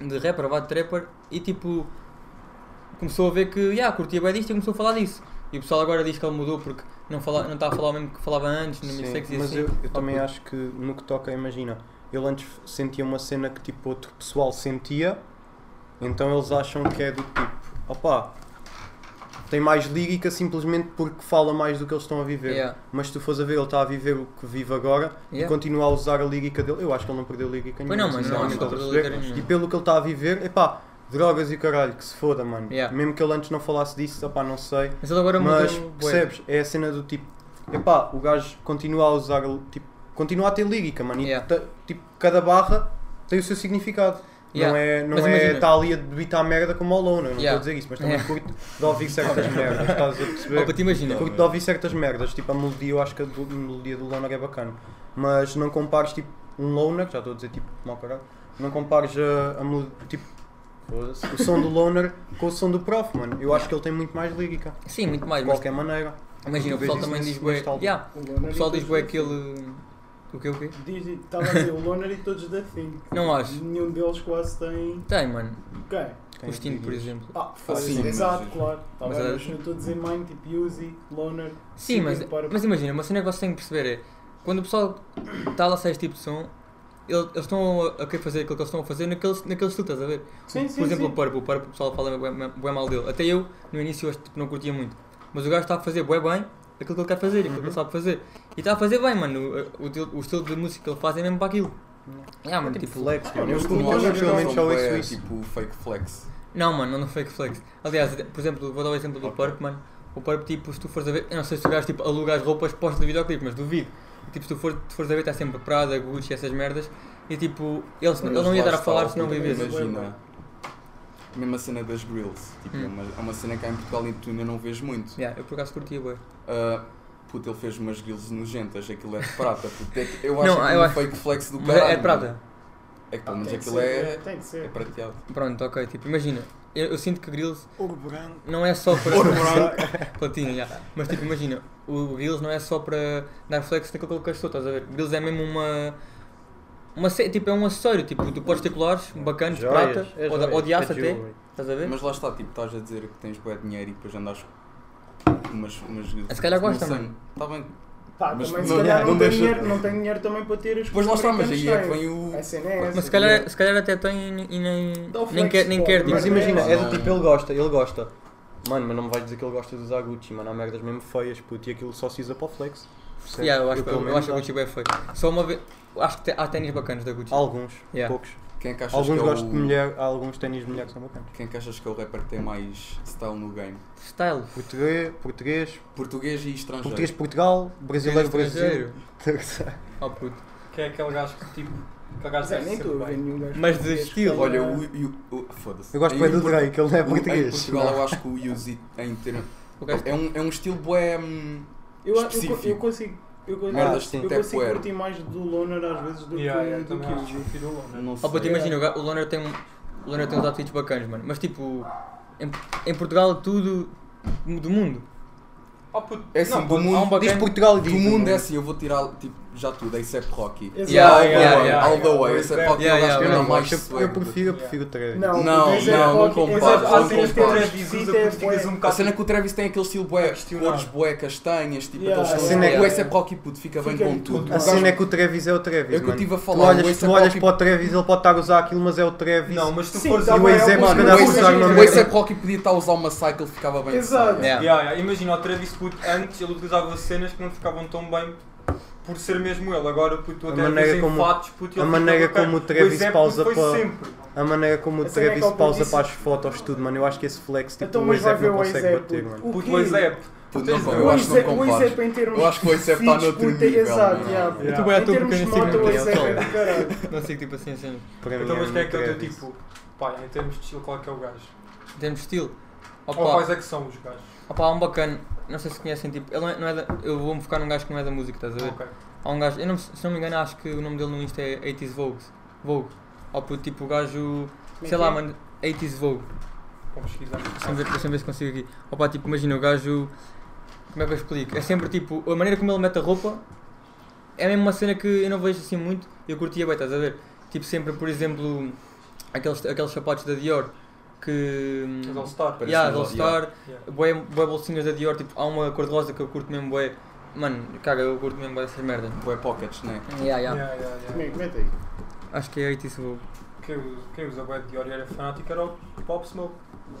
Speaker 3: de, de rapper, vá de trapper e tipo começou a ver que yeah, curtia bem disto e começou a falar disso. E o pessoal agora diz que ele mudou porque não, fala, não está a falar o mesmo que falava antes, no Mixex e
Speaker 1: mas
Speaker 3: assim.
Speaker 1: eu, eu também
Speaker 3: puto.
Speaker 1: acho que no que toca, imagina, ele antes sentia uma cena que tipo outro pessoal sentia, então eles acham que é do tipo, opá, tem mais lírica simplesmente porque fala mais do que eles estão a viver.
Speaker 3: Yeah,
Speaker 1: Mas se tu fores a ver, ele está a viver o que vive agora e
Speaker 3: yeah.
Speaker 1: continua a usar a lírica dele. Eu acho que ele não perdeu lírica
Speaker 3: Pois
Speaker 1: nenhuma.
Speaker 3: não, mas não,
Speaker 1: sinceramente,
Speaker 3: acho que ele
Speaker 1: estás a
Speaker 3: perdeu
Speaker 1: perceber?
Speaker 3: líder nenhum.
Speaker 1: E pelo que ele está a viver, epá, drogas e caralho, que se foda, mano.
Speaker 3: Yeah.
Speaker 1: Mesmo que ele antes não falasse disso, epá, não sei.
Speaker 3: Mas ele agora
Speaker 1: Mas
Speaker 3: mudou. bué.
Speaker 1: percebes? É a cena do tipo, epá, o gajo continua a usar, tipo, continua a ter lírica, mano. E
Speaker 3: Yeah.
Speaker 1: ta- tipo, cada barra tem o seu significado.
Speaker 3: Yeah.
Speaker 1: Não é, não
Speaker 3: Mas
Speaker 1: é
Speaker 3: imagina-
Speaker 1: tá ali a debitar merda como ao Lona, não estou
Speaker 3: Yeah.
Speaker 1: a dizer isso, mas também
Speaker 3: Yeah.
Speaker 1: curto de ouvir certas merdas, estás a perceber?
Speaker 3: Oh, puto, imagina.
Speaker 1: Curto de ouvir certas merdas, tipo a melodia, eu acho que a, do, a melodia do Loner é bacana. Mas não compares tipo um Loner, já estou a dizer tipo mau caralho, não compares a, a melo- tipo, o som do Loner com o som do Prof, mano. Eu acho que ele tem muito mais lírica,
Speaker 3: Sim, muito mais,
Speaker 1: de
Speaker 3: mas
Speaker 1: qualquer assim maneira.
Speaker 3: imagina, o
Speaker 1: tu vês
Speaker 3: pessoal
Speaker 1: isso
Speaker 3: também
Speaker 1: nesse-
Speaker 3: diz bué.
Speaker 1: neste álbum.
Speaker 3: Yeah, o pessoal diz bué aquele. O que o quê?
Speaker 4: Estava a dizer o Loner e todos da Thing.
Speaker 3: Não acho.
Speaker 4: Nenhum deles quase tem.
Speaker 3: Tem, mano.
Speaker 4: Quem?
Speaker 1: Quem
Speaker 3: Costino, por
Speaker 1: diria?
Speaker 3: exemplo.
Speaker 4: Ah, foda
Speaker 2: sim,
Speaker 4: exato,
Speaker 2: mas-
Speaker 4: claro. Tá
Speaker 3: mas
Speaker 4: bem,
Speaker 3: é-
Speaker 4: mas eu estou a dizer Mine, tipo Uzi, Loner.
Speaker 3: Sim, mas,
Speaker 4: tipo, para-
Speaker 3: mas imagina, uma cena que vocês têm que perceber é quando o pessoal está lá a esse tipo de som, ele- eles estão a, a querer fazer aquilo que eles estão a fazer naquele, naquele estilo, estás a ver?
Speaker 4: Sim, sim,
Speaker 3: Por exemplo,
Speaker 4: sim.
Speaker 3: o Purple, o Purple o pessoal fala bem, mal dele. Até eu, no início, eu acho que, tipo, não curtia muito. Mas o gajo está a fazer bué bem aquilo que ele quer fazer, e aquilo que ele sabe fazer. E está a fazer bem, mano. O, o- o estilo de música que ele faz é mesmo para aquilo. Ah, mano,
Speaker 1: É tipo
Speaker 3: tipo, é
Speaker 1: flex, mano. Eu
Speaker 2: Mas tu
Speaker 1: eu,
Speaker 2: não achas que
Speaker 1: geralmente
Speaker 2: eles
Speaker 1: já
Speaker 2: são
Speaker 1: ouço
Speaker 2: bué,
Speaker 1: isso.
Speaker 2: Tipo fake flex.
Speaker 3: Não, mano, não fake flex. Aliás, até- por exemplo, vou dar o exemplo do Purp, mano. O Purp, tipo, se tu fores a ver, eu não sei se o gajo tipo, aluga as roupas postas de videoclipe, mas duvido. E, tipo, se tu for- se fores a ver, está sempre Prada, Gucci, essas merdas. E tipo, ele, se- ele não ia
Speaker 2: Mas lá
Speaker 3: dar a
Speaker 2: está,
Speaker 3: falar se não vivesse.
Speaker 2: Imagina. A mesma cena das grills. Tipo,
Speaker 3: Hum.
Speaker 2: é, uma, é uma cena que cá em Portugal e tu ainda não vês muito.
Speaker 3: Yeah, eu por acaso curtia, boi.
Speaker 2: Ah, puto, ele fez umas grills nojentas, aquilo é de prata. Puto, é que eu acho
Speaker 3: Não,
Speaker 2: que é
Speaker 3: eu
Speaker 2: um
Speaker 3: acho-
Speaker 2: fake flex do
Speaker 3: Mas
Speaker 2: caralho.
Speaker 3: é de
Speaker 2: mano.
Speaker 3: Prada.
Speaker 2: É que pelo menos
Speaker 4: Ah, Tem que
Speaker 2: aquilo é,
Speaker 4: ser, Tem que
Speaker 2: é
Speaker 4: ser.
Speaker 2: prateado.
Speaker 3: Pronto, ok, tipo, imagina. Eu, eu sinto que Grills
Speaker 1: Ouro branco.
Speaker 3: não é só para. Platina, já.
Speaker 1: Tá.
Speaker 3: Mas tipo, imagina, o Grills não é só para dar flex naquilo que ele gastou, estás a ver? Grills é mesmo uma. uma ce- tipo, é um acessório, tipo, tu podes ter colares bacanas, de prata,
Speaker 1: Joias, é
Speaker 3: ou, de- ou de
Speaker 1: joias,
Speaker 3: aço
Speaker 1: é
Speaker 3: até,
Speaker 1: jewelry.
Speaker 3: estás a ver?
Speaker 2: Mas lá está, tipo, estás a dizer que tens bué dinheiro e depois andas com umas, umas grills.
Speaker 3: Se calhar
Speaker 2: Não
Speaker 3: gosta,
Speaker 2: sei.
Speaker 3: mano.
Speaker 2: Tá bem.
Speaker 4: Pá,
Speaker 2: Mas
Speaker 4: também se
Speaker 2: não-
Speaker 4: calhar
Speaker 2: não
Speaker 4: não tem
Speaker 2: deixa-
Speaker 4: dinheiro- não tem dinheiro também para ter as
Speaker 2: Depois lá está, mas aí
Speaker 4: americanos
Speaker 2: é que
Speaker 4: têm.
Speaker 2: vem o.
Speaker 4: A cena é essa.
Speaker 3: Mas se calhar, se calhar até tem e nem- e nem,
Speaker 4: Dá o
Speaker 3: nem
Speaker 4: flex,
Speaker 3: quer, nem quer
Speaker 4: pô,
Speaker 3: tipo.
Speaker 1: Mas imagina, é do
Speaker 2: Não.
Speaker 1: tipo, ele gosta, ele gosta. Mano, mas não me vais dizer que ele gosta de usar Gucci, mano. Há merdas mesmo feias, puto, e aquilo só se usa para o flex. Percebe?
Speaker 3: Yeah, eu acho,
Speaker 1: pelo
Speaker 3: eu, eu
Speaker 1: menos,
Speaker 3: acho é a Gucci bem feio. Só uma vez. Acho que te- há ténis bacanas da Gucci.
Speaker 1: Alguns,
Speaker 3: Yeah.
Speaker 1: poucos.
Speaker 2: Quem é que achas
Speaker 1: Alguns
Speaker 2: que é
Speaker 1: gostam
Speaker 2: o...
Speaker 1: de mulher, há alguns ténis de mulher que são bacanas.
Speaker 2: Quem é que achas que é o rapper que tem mais style no game?
Speaker 3: Style.
Speaker 1: Português, português,
Speaker 2: Português e estrangeiro.
Speaker 1: português Portugal, é brasileiro Brasil.
Speaker 3: Estrangeiro. Oh puto.
Speaker 6: Que é aquele gajo que tipo. Aquele gajo
Speaker 4: Mas é,
Speaker 6: que
Speaker 4: nem
Speaker 6: se
Speaker 4: estou a ver
Speaker 6: bem.
Speaker 4: nenhum gajo.
Speaker 3: Mas de
Speaker 4: português que
Speaker 3: estilo,
Speaker 4: tenha-
Speaker 2: Olha, o. o, o- Foda-se.
Speaker 1: Eu gosto
Speaker 2: Em
Speaker 1: bem do
Speaker 2: Por-
Speaker 1: Drake, ele não
Speaker 2: o-
Speaker 1: é
Speaker 2: Em
Speaker 1: português.
Speaker 2: Portugal eu acho que o Yuzi em termos.
Speaker 3: O gajo
Speaker 2: É um, é um estilo bué. hum,
Speaker 4: Eu, eu,
Speaker 2: específico.
Speaker 4: eu consigo. Eu consigo,
Speaker 2: Merdas
Speaker 1: sim,
Speaker 4: eu
Speaker 2: até
Speaker 4: consigo
Speaker 2: poeira.
Speaker 4: curtir mais do Loner às vezes do
Speaker 6: Yeah,
Speaker 4: que
Speaker 6: yeah,
Speaker 4: do
Speaker 6: também
Speaker 4: que
Speaker 6: acho
Speaker 4: o
Speaker 6: que prefiro o Loner.
Speaker 2: Não sei.
Speaker 3: Oh, puto, imagina, o ga- o Loner tem, um, o Loner tem uns outfits bacanas, mano. Mas tipo, em, em Portugal tudo do mundo.
Speaker 6: Oh, puto,
Speaker 2: É assim,
Speaker 6: não,
Speaker 2: do
Speaker 6: puto,
Speaker 2: mundo-
Speaker 6: há um bacana-
Speaker 1: Diz Portugal e diz.
Speaker 2: Do mundo é assim, eu vou tirar tipo, já tudo, except Rocky.
Speaker 4: Exato.
Speaker 3: Yeah,
Speaker 2: all,
Speaker 3: yeah,
Speaker 2: the way,
Speaker 3: yeah.
Speaker 2: all the way, except Rocky
Speaker 3: Yeah,
Speaker 2: Ah, eu acho que
Speaker 3: yeah,
Speaker 1: Eu
Speaker 2: ainda
Speaker 1: não
Speaker 3: yeah.
Speaker 2: mais
Speaker 1: gosto, eu
Speaker 2: swag.
Speaker 1: prefiro, um eu prefiro o Drake.
Speaker 4: Não,
Speaker 2: Não,
Speaker 4: o Dizzy é
Speaker 2: não, não
Speaker 4: qualquer-
Speaker 2: comparo,
Speaker 4: Exato,
Speaker 2: não
Speaker 4: há cenas
Speaker 6: comparo.
Speaker 4: que têm
Speaker 6: Sim,
Speaker 4: Dizzy,
Speaker 6: tem
Speaker 4: é
Speaker 6: bué.
Speaker 4: bué.
Speaker 2: A cena que o Travis tem aquele estilo bué,
Speaker 6: Questionar.
Speaker 2: cores bué, castanhas, tipo
Speaker 4: Yeah,
Speaker 2: aqueles
Speaker 1: a cena é
Speaker 2: tons.
Speaker 1: que-
Speaker 2: O except Rocky, puto, fica bem
Speaker 4: Fica
Speaker 2: com
Speaker 4: com
Speaker 2: tudo.
Speaker 4: tudo.
Speaker 1: A cena é que o Travis é o Travis.
Speaker 2: É o que eu
Speaker 1: mano.
Speaker 2: estive a
Speaker 1: Tu
Speaker 2: falar, o
Speaker 1: olhas,
Speaker 2: except
Speaker 1: tu olhas
Speaker 2: Rocky
Speaker 1: para o Travis, ele pode estar a usar aquilo, mas é o Travis.
Speaker 6: Não, mas se tu
Speaker 4: Sim,
Speaker 6: fores
Speaker 4: tá
Speaker 6: a
Speaker 1: e o
Speaker 6: ver-
Speaker 4: bem,
Speaker 1: Ezek,
Speaker 4: é um
Speaker 1: se
Speaker 4: bom-
Speaker 2: Mano,
Speaker 1: calhar,
Speaker 2: o
Speaker 1: vai usar
Speaker 2: Ace-
Speaker 1: uma
Speaker 2: o
Speaker 1: merda.
Speaker 2: ASAP Rocky podia estar a usar uma cycle, ficava bem.
Speaker 4: Exato.
Speaker 3: Yeah.
Speaker 6: Yeah, yeah. Imagina, o Travis Scott antes ele utilizava cenas que não ficavam tão bem por ser mesmo ele. Agora, puto, tu
Speaker 1: A
Speaker 6: até
Speaker 1: maneira
Speaker 6: dizem
Speaker 1: como-
Speaker 6: fatos, puto,
Speaker 1: a
Speaker 6: ele
Speaker 1: maneira
Speaker 6: fica bacana.
Speaker 1: como o Travis
Speaker 6: Pois é, puto,
Speaker 1: pausa
Speaker 6: foi
Speaker 1: para-
Speaker 6: sempre.
Speaker 1: A maneira como o
Speaker 4: A cena é
Speaker 1: Travis
Speaker 4: que ele
Speaker 1: pausa
Speaker 4: disse-
Speaker 1: para as fotos, tudo, mano. Eu acho que esse flex, tipo,
Speaker 4: Então,
Speaker 1: o
Speaker 4: mas vai
Speaker 1: Ezek
Speaker 4: ver
Speaker 1: não
Speaker 4: o
Speaker 1: consegue
Speaker 4: Azep.
Speaker 1: bater, mano.
Speaker 6: Puto, mas é.
Speaker 2: Puto, não,
Speaker 6: Tens-
Speaker 1: um
Speaker 2: eu acho que não
Speaker 4: O
Speaker 2: compares.
Speaker 4: Azep em termos.
Speaker 2: Eu acho que o Azep está
Speaker 4: fixos,
Speaker 2: noutro
Speaker 4: puta,
Speaker 2: nível. é?
Speaker 4: Exato,
Speaker 2: mano.
Speaker 4: yeah.
Speaker 6: Yeah.
Speaker 3: Tu bué
Speaker 4: Em
Speaker 3: tu, porque
Speaker 4: termos
Speaker 3: eu
Speaker 4: de
Speaker 3: nem sei
Speaker 4: moto, o
Speaker 3: muito bem.
Speaker 4: Azep é do caralho.
Speaker 3: Não sei que tipo assim, assim. Em
Speaker 1: Para
Speaker 6: Então,
Speaker 1: mim
Speaker 6: mas
Speaker 1: um
Speaker 6: quem é que é o teu
Speaker 1: Travis.
Speaker 6: tipo? Pá, em termos de estilo, qual é que é o gajo?
Speaker 3: termos de estilo.
Speaker 6: Ou
Speaker 3: Opa,
Speaker 6: quais é que são os gajos?
Speaker 3: opa, há um bacana. não sei se conhecem, tipo, ele não é, não é da- eu vou-me focar num gajo que não é da música, estás a ver? Há um gajo, eu não, me- se não me engano, acho que o nome dele no Insta é 80s Vogue. Vogue. Ou puto, tipo, o gajo,
Speaker 4: é
Speaker 3: sei lá, mano, 80s Vogue.
Speaker 6: Vou pesquisar.
Speaker 3: Deixa-me ver, deixa-me ver se consigo aqui. Opa, tipo, imagina, o gajo. Como é que eu explico? É sempre tipo, a maneira como ele mete a roupa é mesmo uma cena que eu não vejo assim muito. Eu curtia bem, estás a ver? Tipo, sempre, por exemplo, aqueles, aqueles sapatos da Dior que.
Speaker 6: Mas All Star.
Speaker 2: Parece
Speaker 3: Yeah,
Speaker 2: um
Speaker 3: All
Speaker 2: All- yeah.
Speaker 3: Star, bué, bué bolsinhas da Dior, tipo, há uma cor de rosa que eu curto mesmo, bué. Mano, caga, eu curto mesmo bué dessas merdas.
Speaker 2: Boé pockets, né?
Speaker 3: Yeah, yeah.
Speaker 6: Yeah, yeah, yeah.
Speaker 4: Como é que mete aí?
Speaker 3: Acho que é 80 Vogue.
Speaker 6: Quem usa- Quem usa bué de Dior e era fanático era o Pop Smoke.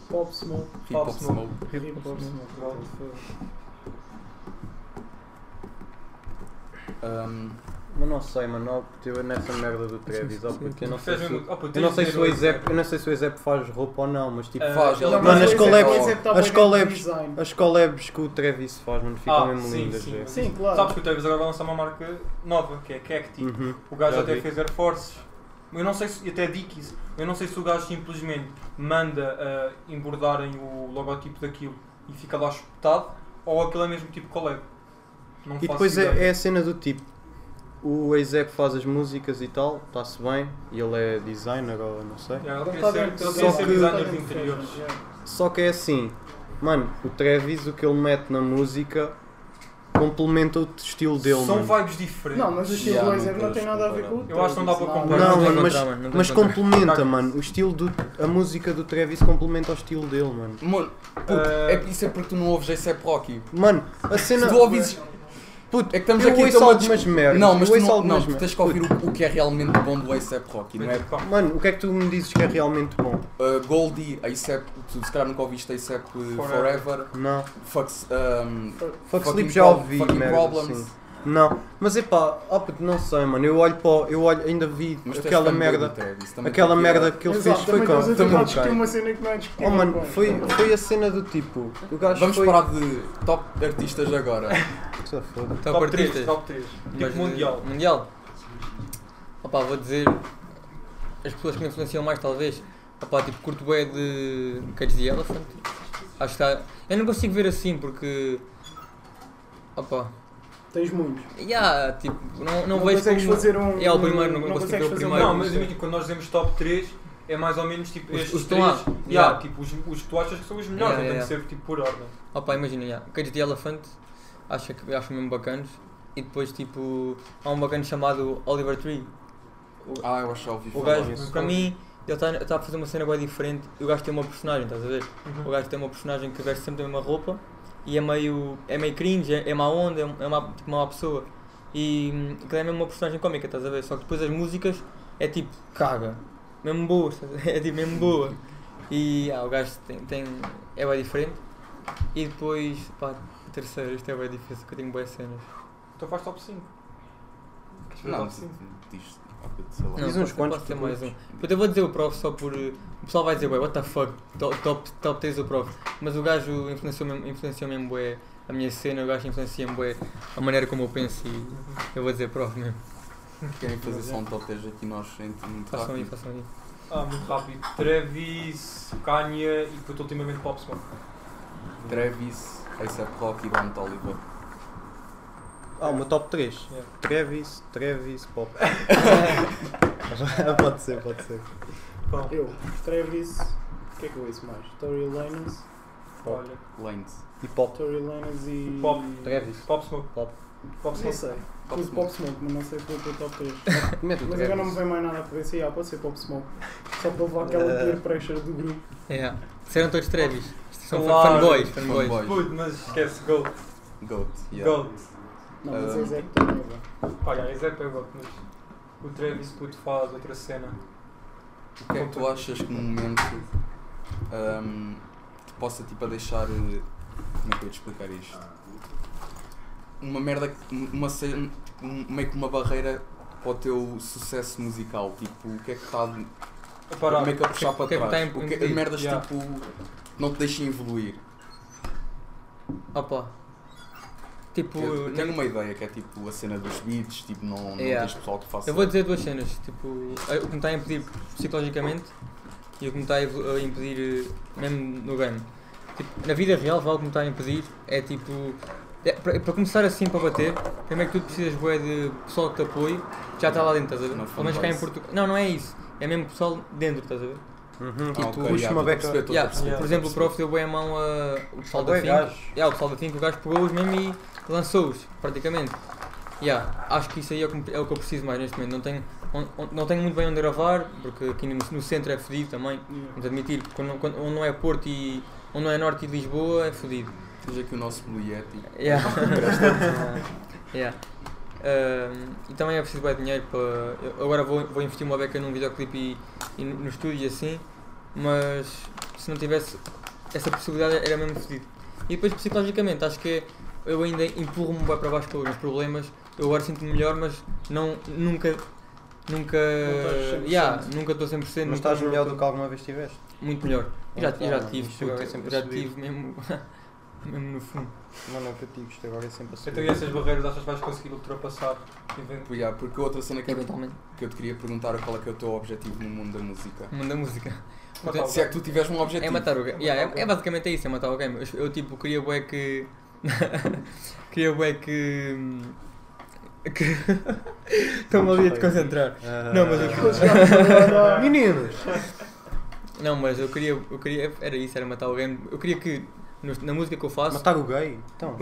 Speaker 4: Pop Smoke.
Speaker 2: Hip Hop Tipo, Smoke.
Speaker 4: Hip Hop Smoke.
Speaker 6: Pronto.
Speaker 2: Um,
Speaker 1: Mas não sei, mano, não, porque eu nessa merda do Travis, ó, porque eu não sei
Speaker 6: Fez
Speaker 1: se...
Speaker 6: mesmo- Oh, puto,
Speaker 1: Eu não
Speaker 6: tens
Speaker 1: sei
Speaker 6: de
Speaker 1: se
Speaker 6: ver
Speaker 1: o
Speaker 6: o-
Speaker 1: Ezep, eu não sei se o Ezep faz roupa ou não, mas tipo,
Speaker 6: Ah,
Speaker 2: faz,
Speaker 6: ele-
Speaker 2: ele-
Speaker 1: Mano, as
Speaker 4: o
Speaker 2: é
Speaker 1: collabs-
Speaker 4: Ezek- o Ezek tá
Speaker 1: as
Speaker 4: bem dentro do
Speaker 1: collabs-
Speaker 4: design.
Speaker 1: as collabs que o Travis faz, mano, ficam
Speaker 6: Ah,
Speaker 1: mesmo
Speaker 6: sim,
Speaker 1: lindas,
Speaker 6: sim,
Speaker 1: velho.
Speaker 6: mas-
Speaker 4: Sim, claro.
Speaker 6: Sabes que o Tavis agora vai lançar uma marca nova, que é Cacti.
Speaker 1: Uhum.
Speaker 6: O gajo
Speaker 1: Já
Speaker 6: até
Speaker 1: vi.
Speaker 6: fez Air Forces. Eu não sei se, e até Dickies, eu não sei se o gajo simplesmente manda a embordarem o logotipo daquilo e fica lá espetado, ou aquilo é mesmo tipo collab. Não
Speaker 1: E
Speaker 6: faço
Speaker 1: depois é,
Speaker 6: ideia.
Speaker 1: é a cena do tipo, o Ezep faz as músicas e tal, está-se bem, e ele é designer ou não sei.
Speaker 6: Yeah,
Speaker 4: Ele
Speaker 6: ele queria
Speaker 4: tá dentro-
Speaker 6: ser, ele
Speaker 4: ele
Speaker 6: queria
Speaker 4: tá
Speaker 6: ser
Speaker 4: dentro
Speaker 6: designer
Speaker 4: do
Speaker 6: de
Speaker 4: fashion,
Speaker 6: interiores.
Speaker 4: yeah.
Speaker 1: Só que é assim, mano, o Travis, o que ele mete na música, complementa o estilo dele,
Speaker 6: São
Speaker 1: mano.
Speaker 6: vibes diferentes.
Speaker 4: Não, mas o estilo
Speaker 2: Yeah,
Speaker 4: do Ezek
Speaker 2: não
Speaker 4: não tem
Speaker 2: podes
Speaker 4: nada a ver com o
Speaker 6: Eu acho que não dá para comparar.
Speaker 1: Não,
Speaker 3: tem
Speaker 1: mano, mas,
Speaker 3: contra, mano, não tem
Speaker 1: mas
Speaker 3: contra.
Speaker 1: complementa, mano. O estilo do. A música do Travis complementa o estilo dele, mano.
Speaker 2: mano, puto,
Speaker 6: Ah.
Speaker 2: é, isso é porque tu não ouves ASAP Rocky.
Speaker 1: Mano, a cena.
Speaker 2: Se tu ouves. Puto, é que estamos
Speaker 1: eu
Speaker 2: aqui a ter
Speaker 1: ouço
Speaker 2: uma
Speaker 1: algumas
Speaker 2: discu-
Speaker 1: merdas.
Speaker 2: Não, mas
Speaker 1: eu
Speaker 2: tu
Speaker 1: ouço
Speaker 2: não,
Speaker 1: algumas
Speaker 2: não, tu
Speaker 1: merdas.
Speaker 2: tens que ouvir o, o que é realmente bom do ASAP Rocky, não é?
Speaker 6: Pá,
Speaker 1: Mano, o que é que tu me dizes que é realmente bom?
Speaker 2: Uh, Goldie, ASAP, tu se calhar nunca ouviste ASAP
Speaker 6: Forever.
Speaker 2: uh, Forever.
Speaker 1: Não.
Speaker 2: Fucks, um,
Speaker 1: Fuck
Speaker 2: fucking
Speaker 1: Sleep já
Speaker 2: prob-
Speaker 1: ouvi,
Speaker 2: fucking
Speaker 1: merda.
Speaker 2: problems.
Speaker 1: Sim. Não. Mas epá, oh, puto, não sei, mano. Eu olho para. o- Eu olho, ainda vi
Speaker 2: Mas tu és
Speaker 1: aquela
Speaker 2: fanboy do
Speaker 1: merda.
Speaker 2: Travis, é também tem
Speaker 1: Aquela
Speaker 2: que tirar.
Speaker 1: merda que ele
Speaker 4: Exato,
Speaker 1: fez foi
Speaker 4: também estamos
Speaker 1: com.
Speaker 4: a tentar
Speaker 1: Também
Speaker 4: discutir
Speaker 1: com.
Speaker 4: uma cena que não é discutível.
Speaker 1: Oh, mano,
Speaker 4: pá.
Speaker 1: foi, foi a cena do tipo. O gajo
Speaker 2: Vamos
Speaker 1: foi.
Speaker 2: parar de top artistas agora.
Speaker 1: Se foda.
Speaker 3: Top
Speaker 6: Top 3,
Speaker 3: artistas.
Speaker 6: top 3.
Speaker 3: Mas,
Speaker 6: Tipo mundial.
Speaker 3: eh, Mundial. Opa, vou dizer as pessoas que me influenciam mais talvez. Opa, tipo, curto bué de Cage the Elephant. Acho que está. Eu não consigo ver assim porque. Opa.
Speaker 4: Tens muitos.
Speaker 3: Yeah, tipo, não, não,
Speaker 4: Não
Speaker 3: vejo
Speaker 4: consegues
Speaker 3: como.
Speaker 4: fazer um.
Speaker 3: É, o primeiro, não consigo
Speaker 4: consegues
Speaker 3: ver o
Speaker 4: fazer um-
Speaker 3: primeiro.
Speaker 6: Não, mas imagina, quando nós dizemos top 3, é mais ou menos tipo
Speaker 3: Os-
Speaker 6: estes
Speaker 3: os que
Speaker 6: três.
Speaker 3: estão lá.
Speaker 6: Yeah,
Speaker 3: Yeah.
Speaker 6: Tipo, os, os que tu achas que são os melhores,
Speaker 3: Yeah,
Speaker 6: não
Speaker 3: yeah,
Speaker 6: tem que ser tipo por ordem.
Speaker 3: Opa, imagina, yeah. Cage the Elephant. Acho, que, acho mesmo bacanas. E depois, tipo, há um bacana chamado Oliver Tree.
Speaker 2: ah, eu acho que já ouvi
Speaker 3: O
Speaker 2: falar
Speaker 3: gajo,
Speaker 2: nisso.
Speaker 3: para mim, ele está tá a fazer uma cena bem diferente. E o gajo tem uma personagem, estás a ver? O gajo tem uma personagem que veste sempre a mesma roupa e é meio, é meio cringe, é, é má onda, é, um- é uma, tipo, uma má pessoa. E hum, aquilo é mesmo uma personagem cómica, estás a ver? Só que depois as músicas é tipo, caga, mesmo boa, estás a ver? é tipo, mesmo boa. E ah, o gajo tem, tem, é bem diferente. E depois, pá, terceiro, isto é bem difícil, que eu tenho boas cenas.
Speaker 6: Então faz top 5. Queres fazer
Speaker 2: Não,
Speaker 6: top 5?
Speaker 2: diz. sei lá.
Speaker 1: Diz
Speaker 3: Não,
Speaker 1: uns
Speaker 3: posso-
Speaker 1: quantos
Speaker 3: posso ter
Speaker 1: tu
Speaker 3: mais um.
Speaker 1: curtes.
Speaker 3: Puta, eu vou dizer o prof só por. eh, O pessoal vai dizer, ué, what the fuck, top, top, top 3 o prof. Mas o gajo influenciou mesmo, influenciou mesmo bué a minha cena, o gajo influencia mesmo bué a maneira como eu penso e eu vou dizer prof mesmo.
Speaker 2: Querem fazer só um top 10 aqui nós entre muito
Speaker 3: Façam aí,
Speaker 2: rápido.
Speaker 3: tá? façam aí.
Speaker 6: Ah, muito rápido. Travis, Kanye e depois ultimamente Pop Smoke.
Speaker 2: Travis, ASAP Rocky e Don Toliver.
Speaker 1: Ah, uma top 3.
Speaker 6: Yeah.
Speaker 4: É.
Speaker 1: Travis, Travis, Pop. pode ser, pode ser.
Speaker 6: Bom,
Speaker 4: Eu, Travis. O que é que eu ouço mais? Tory Lanez.
Speaker 6: olha.
Speaker 2: Lanes.
Speaker 1: E Pop.
Speaker 4: Tory Lanez e.
Speaker 6: Pop.
Speaker 1: Travis.
Speaker 6: Pop Smoke.
Speaker 1: Pop.
Speaker 4: Não
Speaker 6: Pop Smoke.
Speaker 4: sei.
Speaker 2: Pop
Speaker 4: Pus
Speaker 2: Smoke.
Speaker 4: Pop Smoke, mas não sei qual é o top 3.
Speaker 1: Mete o
Speaker 4: Mas agora não me
Speaker 1: Travis.
Speaker 4: vem mais nada a cabeça. Yeah, pode ser Pop Smoke. Só para levar aquela
Speaker 1: Eh.
Speaker 4: peer pressure do grupo.
Speaker 3: É, serão todos Travis. Isto São
Speaker 6: Claro.
Speaker 3: fanboys, fanboys.
Speaker 2: Fanboy.
Speaker 6: Good, mas esquece. Gold.
Speaker 2: Goat. yeah.
Speaker 6: Gold.
Speaker 4: Não, mas
Speaker 2: Eh.
Speaker 4: é Zé que também é bom.
Speaker 6: Pá, já, esse é para Gold, mas o Travis Good faz outra cena.
Speaker 2: O que é que tu achas que no momento ahm, te possa tipo a deixar. eh, Como é que eu ia te explicar isto? Uma merda, que- uma cena, tipo, um- meio que uma barreira para o teu sucesso musical. Tipo, o que é que está de-
Speaker 6: A parar.
Speaker 2: meio que a puxar
Speaker 3: O que
Speaker 2: para
Speaker 3: é que está
Speaker 2: trás?
Speaker 3: em-
Speaker 2: O que,
Speaker 3: impedido?
Speaker 2: merdas
Speaker 6: Yeah.
Speaker 2: tipo. não te deixem evoluir.
Speaker 3: Opa. Tipo,
Speaker 2: Eu tenho
Speaker 3: na-
Speaker 2: uma ideia que é tipo a cena dos beats, tipo, não, não
Speaker 3: Yeah.
Speaker 2: tens pessoal que faça.
Speaker 3: Eu vou dizer duas cenas, tipo, eh, o que me está a impedir psicologicamente e o que me está a evo- a impedir eh, mesmo no game. Tipo, na vida real, vale como está a impedir, é tipo. é, para, para começar assim para bater, primeiro que tu precisas bué, de pessoal que te apoie, que já está lá dentro, estás a
Speaker 2: Uma
Speaker 3: ver? Pelo menos cá em
Speaker 2: fanbase.
Speaker 3: Portugal. Não, não é isso. É mesmo pessoal dentro, estás a ver?
Speaker 1: Uhum.
Speaker 3: Tipo,
Speaker 2: Ah, ok, já,
Speaker 1: puxa uma
Speaker 2: estou a
Speaker 1: beca.
Speaker 2: perceber, estou a
Speaker 3: Yeah,
Speaker 2: perceber,
Speaker 3: Por
Speaker 2: estou a
Speaker 3: exemplo, o prof deu bem a mão a o pessoal
Speaker 1: Tá
Speaker 3: da
Speaker 1: Bué
Speaker 3: Fink.
Speaker 1: gajos.
Speaker 3: Yeah, o pessoal da Fink, o gajo pegou-os mesmo e lançou-os, praticamente. Yeah, acho que isso aí é o que, é o que eu preciso mais neste momento. Não tenho, on- on- não tenho muito bem onde gravar, porque aqui no, no centro é fedido também. Vamos admitir, quando, quando, onde não é Porto e. onde não é Norte e Lisboa é fedido.
Speaker 2: perceber. Tens aqui o nosso Blue é, tipo, Yeti.
Speaker 3: Yeah. yeah. Ahm, e também é preciso bem dinheiro para. eu agora vou, vou investir uma beca num videoclipe e, e no no estúdio e assim, mas se não tivesse essa possibilidade era mesmo fodido. E depois psicologicamente, acho que eu ainda empurro-me bem para baixo com os meus problemas, eu agora sinto-me melhor, mas não, nunca. Nunca.
Speaker 4: Não estás 100%.
Speaker 3: yeah, nunca estou 100%.
Speaker 1: Mas
Speaker 3: nunca-
Speaker 1: estás melhor
Speaker 3: nunca-
Speaker 1: do que Ah, alguma vez tiveste.
Speaker 3: Muito melhor. Eu já, eu já
Speaker 1: Claro,
Speaker 3: tive,
Speaker 1: isto agora
Speaker 3: puta,
Speaker 1: é sempre a
Speaker 3: já
Speaker 1: subir.
Speaker 3: tive mesmo. mesmo no fundo.
Speaker 1: Mano, é o que eu digo, isto agora é sempre assim.
Speaker 6: Então e essas barreiras achas que vais conseguir ultrapassar?
Speaker 3: É.
Speaker 2: Pô, yeah, Porque outra cena que eu,
Speaker 3: Eventualmente.
Speaker 2: que eu te queria perguntar é qual é que é o teu objetivo no mundo da música.
Speaker 3: Manda música.
Speaker 6: Matar
Speaker 2: Se é que tu tiveres um objetivo.
Speaker 3: É matar o game.
Speaker 6: É
Speaker 3: Yeah,
Speaker 6: matar o
Speaker 3: é, é
Speaker 6: game.
Speaker 3: basicamente isso, é matar o game. Eu, eu, tipo, queria bué que. queria bué que. hum, que... Estou-me ali a te concentrar.
Speaker 1: Ah,
Speaker 3: Não, mas eu
Speaker 1: Meninos!
Speaker 3: Não, mas eu queria, eu queria. Era isso, era matar o game. Eu queria que. nos- na música que eu faço.
Speaker 1: Matar o gay? Então,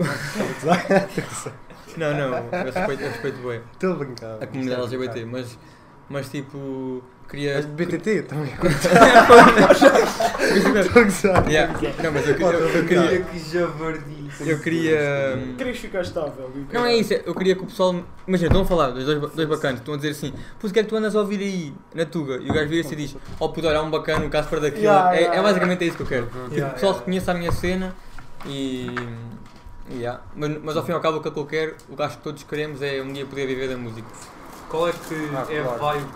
Speaker 3: Não, não, eu respeito, eu respeito bué
Speaker 1: estou a brincar.
Speaker 3: a comunidade LGBT, mas. Mas tipo. Queria.
Speaker 1: é Mas de BTT também.
Speaker 3: Queria-
Speaker 1: Estou a gozar.
Speaker 3: Yeah. Não, mas eu, queria- eu- eu queria.
Speaker 6: que javardice.
Speaker 3: Eu queria. hum,
Speaker 4: Querias ficar estável. e o
Speaker 3: Não é
Speaker 4: caralho.
Speaker 3: isso, eu queria que o pessoal. Imagina, estão a falar, dos dois, dois bacanos, estão a dizer assim, pô, o que é que tu andas a ouvir aí na Tuga? E o gajo vira-se e diz, oh puto, olha, há um bacano, o caso para daquilo.
Speaker 4: Yeah,
Speaker 3: é,
Speaker 4: yeah,
Speaker 3: é
Speaker 4: yeah.
Speaker 3: basicamente isso que eu quero.
Speaker 1: Uhum.
Speaker 3: Tipo,
Speaker 6: Yeah,
Speaker 3: o pessoal
Speaker 6: yeah.
Speaker 3: reconheça a minha cena e. yeah. Mas, mas ao fim e ao cabo, o que é que eu quero, o que acho que todos queremos é um dia poder viver da música.
Speaker 6: Qual é que
Speaker 1: Ah,
Speaker 6: é a
Speaker 1: claro.
Speaker 6: vibe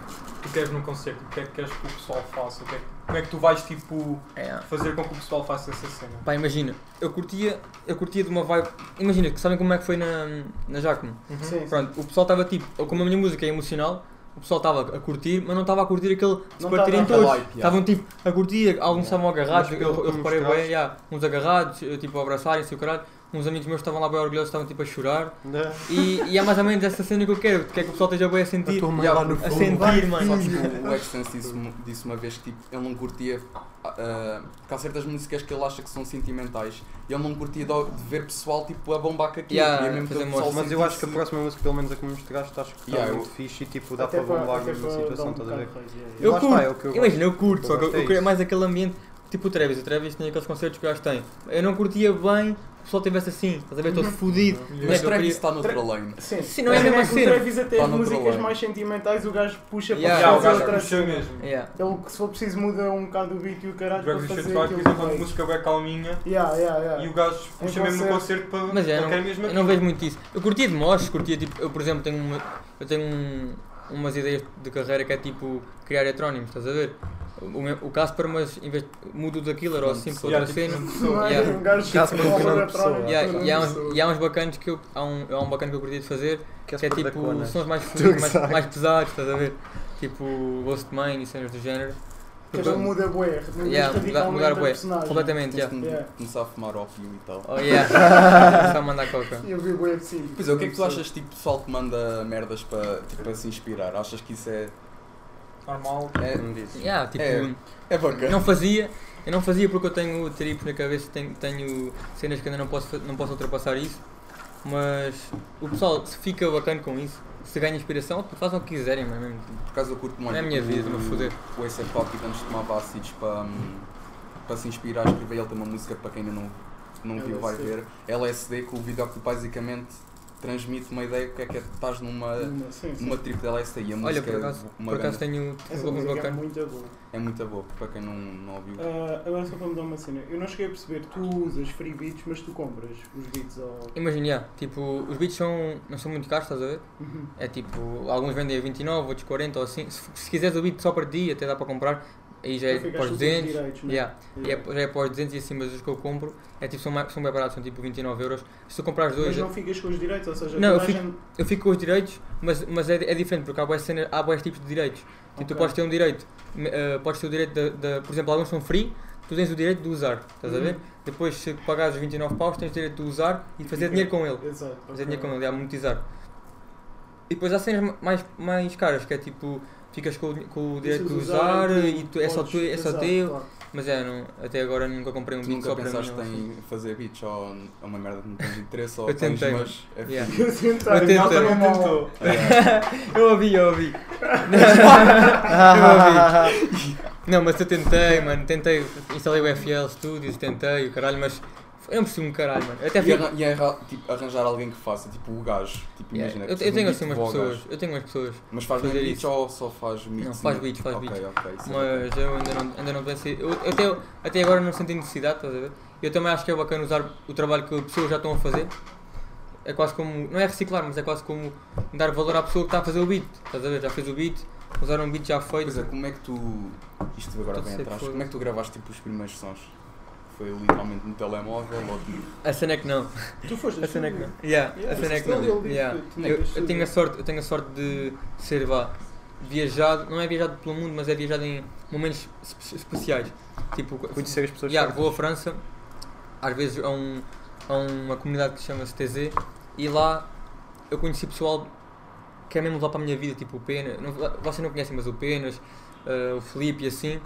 Speaker 6: que tu queres num concerto? O que é que queres que o pessoal faça? O que é que- como é que tu vais, tipo,
Speaker 3: É.
Speaker 6: fazer com que o pessoal faça essa cena?
Speaker 3: Pá, imagina, eu curtia, eu curtia de uma vibe. Imagina, que sabem como é que foi na, na Jacome?
Speaker 4: Sim, sim.
Speaker 3: Pronto, o pessoal estava tipo, ou como a minha música é emocional, o pessoal estava a curtir, mas não estava a curtir aquele de
Speaker 4: Não
Speaker 3: partirem
Speaker 4: tava
Speaker 2: aquele
Speaker 3: todos.
Speaker 2: hype, yeah.
Speaker 3: Estavam tipo a curtir, alguns estavam agarrados,
Speaker 1: Mas
Speaker 3: eu,
Speaker 1: pelo
Speaker 3: eu
Speaker 1: que
Speaker 3: reparei
Speaker 1: mostraste-
Speaker 3: bem, yeah, uns agarrados, eu, tipo a abraçarem-se e o caralho. Uns amigos meus estavam lá bem orgulhosos, estavam tipo a chorar. E, e é mais ou menos essa cena que eu quero, que é que o pessoal esteja bem a
Speaker 1: A
Speaker 3: sentir.
Speaker 1: tua mãe
Speaker 3: yeah,
Speaker 1: lá no
Speaker 3: a
Speaker 1: fundo.
Speaker 3: sentir,
Speaker 2: Só
Speaker 3: mano.
Speaker 2: que o o Extense disse, disse uma vez que tipo, ele não curtia. ah, que há certas músicas que ele acha que são sentimentais e ele não curtia de, de ver pessoal tipo a bombar com aquilo.
Speaker 3: Yeah,
Speaker 2: Queria mesmo que o
Speaker 3: fazer
Speaker 2: pessoal
Speaker 1: Mas eu acho que a
Speaker 2: sentisse-
Speaker 1: próxima música, pelo menos a que me mostraste, acho que está
Speaker 2: Yeah, eu-
Speaker 1: muito fixe e tipo, dá
Speaker 4: Até
Speaker 1: para bombar
Speaker 4: até
Speaker 1: numa
Speaker 4: para
Speaker 1: situação,
Speaker 4: dar um
Speaker 1: estás a ver?
Speaker 4: bocado de raiz, é, é.
Speaker 3: Eu
Speaker 1: Lá está,
Speaker 3: curto.
Speaker 1: é o que eu
Speaker 3: Imagina, eu
Speaker 1: O
Speaker 3: curto,
Speaker 1: que
Speaker 3: só que
Speaker 1: eu
Speaker 3: eu,
Speaker 1: gosto é
Speaker 3: eu queria
Speaker 1: isso.
Speaker 3: mais aquele ambiente, tipo o Travis. O Travis tinha aqueles concertos que o gajo tem. Eu não curtia bem que o pessoal estivesse assim, estás a ver?
Speaker 1: Uhum.
Speaker 3: Todo fodido.
Speaker 2: Mas
Speaker 3: Eu
Speaker 2: Travis
Speaker 3: queria-
Speaker 2: está noutra lane.
Speaker 4: Sim,
Speaker 3: Sim, não é a mesma
Speaker 4: O
Speaker 3: cena.
Speaker 4: Travis até
Speaker 2: Tá
Speaker 4: as
Speaker 2: no
Speaker 4: músicas
Speaker 2: problema.
Speaker 4: mais sentimentais, o gajo puxa
Speaker 3: Yeah,
Speaker 4: para
Speaker 6: Yeah, o
Speaker 4: fazer
Speaker 6: gajo
Speaker 4: Ah, outra
Speaker 6: puxa
Speaker 4: cena.
Speaker 6: mesmo.
Speaker 3: Yeah.
Speaker 4: Ele, se for preciso, muda um bocado o beat e o caralho para
Speaker 6: Drag Race
Speaker 4: fazer
Speaker 6: Shot por
Speaker 4: aquilo
Speaker 6: exemplo, é uma
Speaker 4: bem.
Speaker 6: música bem calminha
Speaker 4: Yeah, yeah, yeah.
Speaker 6: e o gajo puxa
Speaker 4: Em
Speaker 6: mesmo no
Speaker 4: concerto.
Speaker 6: concerto para.
Speaker 3: Mas é,
Speaker 6: ele
Speaker 3: eu
Speaker 6: quer
Speaker 3: não,
Speaker 6: mesmo
Speaker 3: eu
Speaker 6: aquilo.
Speaker 3: não vejo muito isso. Eu curtia de mosh, curtia tipo, eu por exemplo tenho uma, eu tenho um- umas ideias de carreira que é tipo criar heterónimos, estás a ver? O, meu- o Casper, mas em vez mudo daquilo, era assim para outra
Speaker 6: Yeah, tipo,
Speaker 3: cena.
Speaker 4: Não é?
Speaker 3: Yeah.
Speaker 4: Um gajo que
Speaker 1: Caso
Speaker 4: se
Speaker 1: para um
Speaker 4: coloca
Speaker 1: grande
Speaker 4: na
Speaker 1: pessoa.
Speaker 4: trona, é?
Speaker 3: E há, e há
Speaker 4: grande
Speaker 3: uns,
Speaker 4: pessoa.
Speaker 3: e há uns bacanos que eu. Há um, há um bacana que eu curtia de fazer que é
Speaker 1: Casper da
Speaker 3: tipo
Speaker 1: Cona.
Speaker 3: sons mais,
Speaker 1: Estou a
Speaker 3: mais,
Speaker 1: gozar.
Speaker 3: mais pesados, estás a ver? Tipo Ghost Mine e cenas do género.
Speaker 4: Que ele muda bué, reduz
Speaker 3: Yeah, mudar,
Speaker 4: radicalmente
Speaker 3: mudar
Speaker 4: a
Speaker 3: o bué.
Speaker 4: personagem.
Speaker 3: Completamente,
Speaker 2: Tens
Speaker 3: yeah.
Speaker 2: de
Speaker 4: Yeah.
Speaker 2: começar a fumar ópio e tal.
Speaker 3: Oh yeah. Só mandar coca.
Speaker 4: E eu vi bué assim.
Speaker 2: Pois é, o que é que tu achas tipo pessoal que manda merdas para tipo, para se inspirar? Achas que isso é.
Speaker 6: Normal.
Speaker 2: É,
Speaker 3: Yeah, tipo.
Speaker 2: É. é bacana?
Speaker 3: Não fazia, eu não fazia porque eu tenho tripos na cabeça, tenho, tenho cenas que ainda não posso, fa- não posso ultrapassar isso. Mas o pessoal se fica bacana com isso, se ganha inspiração, pá, fazem o que quiserem, mas mesmo. tipo,
Speaker 2: Por acaso eu curto muito.
Speaker 3: Não é a minha vida, mas foder.
Speaker 2: O Ace Topic antes tomava ácidos para, hum, para se inspirar, escrever ele tem uma música para quem ainda não, não viu vai
Speaker 4: LSD.
Speaker 2: ver. LSD que o videoclipe basicamente transmite uma ideia do que é que é estás
Speaker 4: Ah,
Speaker 2: numa,
Speaker 4: Sim, sim.
Speaker 2: numa trip de LSD e a
Speaker 3: Olha,
Speaker 2: música
Speaker 3: por acaso,
Speaker 2: é, uma
Speaker 3: por acaso
Speaker 2: ganda-
Speaker 3: tenho
Speaker 4: Essa
Speaker 3: alguns
Speaker 4: música é
Speaker 3: bacanas.
Speaker 4: muito boa.
Speaker 2: é muito boa para quem não, não ouviu.
Speaker 4: Ah, agora só para mudar uma cena, eu não cheguei a perceber, tu usas free beats, mas tu compras os beats ao.
Speaker 3: Imagina, yeah, tipo, os beats são, não são muito caros, estás a ver?
Speaker 4: Uhum.
Speaker 3: É tipo, alguns vendem a 29, outros 40 ou assim. Se, se quiseres o beat só para ti, até dá para comprar, aí já é
Speaker 4: Tu ficas
Speaker 3: para os
Speaker 4: com os
Speaker 3: 200.
Speaker 4: direitos, né?
Speaker 3: yeah. E é, já é para os 200 e assim, mas os que eu compro é tipo, são, mais- são bem baratos, são tipo 29 euros. Se tu comprares dois,
Speaker 4: Mas não ficas com os direitos, ou seja, toda
Speaker 3: Não, eu
Speaker 4: a
Speaker 3: fico-
Speaker 4: gente-
Speaker 3: eu fico com os direitos, mas, mas é, é diferente, porque há boas, cenas, há boas tipos de direitos. Tipo, tu
Speaker 4: Ok.
Speaker 3: podes ter um direito, me- eh, podes ter o direito da, da- Por exemplo, alguns são free, tu tens o direito de usar, estás a ver? Depois, se pagares os 29 paus, tens o direito de usar e fazer dinheiro com ele.
Speaker 4: Exato.
Speaker 3: Fazer dinheiro com ele, a monetizar. E depois há cenas mais, mais caras, que é tipo, ficas com, o dinhe- com o direito de usar,
Speaker 4: eh,
Speaker 3: e tu, é só tu, é só teu. Mas é, não, até agora nunca comprei um
Speaker 2: Tu
Speaker 3: beat só
Speaker 2: nunca
Speaker 3: para mim.
Speaker 2: pensaste
Speaker 3: não.
Speaker 2: em fazer beats ou n- é uma merda que não tens interesse ou
Speaker 3: Eu
Speaker 2: tens,
Speaker 3: tentei.
Speaker 2: mas é
Speaker 3: Yeah.
Speaker 2: fixe.
Speaker 4: Eu tentei,
Speaker 3: tentei.
Speaker 4: ele também tentou.
Speaker 3: Eu ouvi, eu ouvi. Ah, eu ouvi. Não, mas eu tentei, mano. Tentei. Instalei o FL Studios, tentei o caralho, mas. Eu não percebi um caralho, mano. Eu até
Speaker 2: E,
Speaker 3: fui.
Speaker 2: arran- e arra- tipo, arranjar alguém que faça, tipo o gajo. Tipo,
Speaker 3: Yeah,
Speaker 2: imagina
Speaker 3: Eu,
Speaker 2: que
Speaker 3: eu
Speaker 2: um
Speaker 3: tenho
Speaker 2: beat
Speaker 3: assim umas
Speaker 2: vou ao gajo.
Speaker 3: pessoas. Eu tenho umas pessoas.
Speaker 2: Mas faz
Speaker 3: fazer
Speaker 2: mesmo beats
Speaker 3: isso.
Speaker 2: ou só faz mix?
Speaker 3: Não, faz beats, faz
Speaker 2: ok,
Speaker 3: beats.
Speaker 2: Ok, isso é
Speaker 3: Mas eu ainda não, ainda não pensei. Eu, eu até, até agora não senti necessidade, estás a ver? Eu também acho que é bacana usar o trabalho que as pessoas já estão a fazer. É quase como. Não é reciclar, mas é quase como dar valor à pessoa que está a fazer o beat. Estás a ver? Já fez o beat, usaram um beat já feito.
Speaker 2: Pois é, como é que tu. Isto agora
Speaker 3: Tô
Speaker 2: vem
Speaker 3: sempre
Speaker 2: atrás.
Speaker 3: foda.
Speaker 2: Como é que tu gravaste tipo, os primeiros sons? Foi literalmente no telemóvel ou de-
Speaker 3: A cena é que não.
Speaker 4: Tu foste assim,
Speaker 3: A cena é que não. Yeah, a cena é que não. Yeah.
Speaker 4: tipo,
Speaker 3: Eu, eu tenho a sorte, eu tenho a sorte de ser vá, viajado, não é viajado pelo mundo, mas é viajado em momentos espe- especiais. Tipo,
Speaker 1: Conhecer as pessoas.
Speaker 3: yeah,
Speaker 1: certas.
Speaker 3: vou à França, às vezes a, um, a uma comunidade que chama-se TZ, e lá eu conheci pessoal que é mesmo lá para a minha vida, tipo o Penas, não, vocês não conhecem, mas o Penas, eh, o Felipe e assim.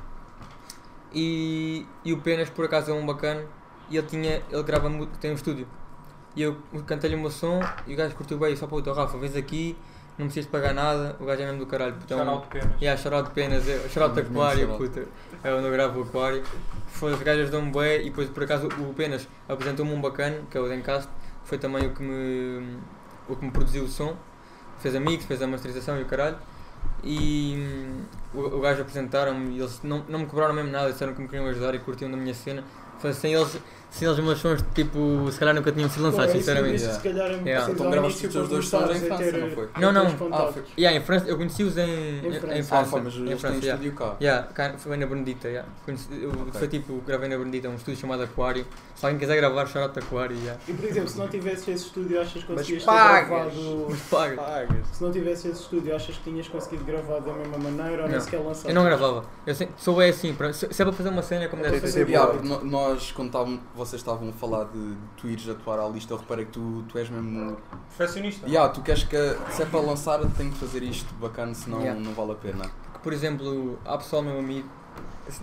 Speaker 3: E, e o Penas por acaso é um bacana e ele tinha, ele grava, mu- tem um estúdio. E eu cantei-lhe o meu som e o gajo curtiu bem, só para o Rafa, vens aqui, não precisas pagar nada, o gajo é mesmo do caralho. Então,
Speaker 6: Canal de penas.
Speaker 3: Yeah, shoutout de penas, é- shoutout de
Speaker 2: Mesmo
Speaker 3: aquário,
Speaker 2: shoutout.
Speaker 3: puta. É onde eu gravo o aquário. Foi os gajas dão-me bué e depois por acaso o Penas apresentou-me um bacana, que é o Dencast, que foi também o que me. o que me produziu o som. Fez a mix, fez a masterização e o caralho. E hum, o, o gajo apresentaram-me e eles não, não me cobraram mesmo nada, disseram que me queriam ajudar e curtiam da minha cena. Foi sem eles, sem eles os meus sons, tipo, se calhar nunca tinham sido lançados,
Speaker 4: Então, é
Speaker 3: sinceramente.
Speaker 4: Se calhar é
Speaker 3: Yeah.
Speaker 2: Então gravaste os teus dois sons em França, não foi?
Speaker 3: Não, não.
Speaker 2: Ah, foi.
Speaker 3: E yeah, em França, eu conheci-os em, em, em França.
Speaker 4: França.
Speaker 2: Ah, foi, mas
Speaker 3: em
Speaker 2: eles têm
Speaker 3: França, yeah.
Speaker 2: estúdio cá.
Speaker 3: Yeah, cá- foi na Benedita, yeah. Conheci- eu,
Speaker 2: Ok.
Speaker 3: Foi tipo, gravei na Benedita, um estúdio chamado Aquário. Se alguém quiser gravar, chora de Aquário, yeah.
Speaker 4: E por exemplo, se não tivesse esse estúdio, achas que conseguias ter
Speaker 1: pagas.
Speaker 4: gravado.
Speaker 3: Paga.
Speaker 1: Pagas.
Speaker 4: Se não tivesse esse estúdio, achas que tinhas conseguido gravar da mesma maneira ou nem
Speaker 3: Não.
Speaker 4: sequer lançar?
Speaker 3: Eu não gravava. Eu se, sou é assim, pra, se, se é para fazer uma cena como deve
Speaker 1: Tem de
Speaker 3: ser.
Speaker 1: ser
Speaker 2: Yeah,
Speaker 1: boa.
Speaker 2: porque no- nós, quando tavam- vocês estavam a falar de tu ires atuar à lista, eu reparei que tu, tu és mesmo.
Speaker 6: Perfeccionista.
Speaker 2: Yeah, ah, tu queres que. Se é para lançar, tenho que fazer isto bacana, senão
Speaker 3: Yeah.
Speaker 2: não vale a pena.
Speaker 3: Porque, por exemplo, há pessoal, meu amigo,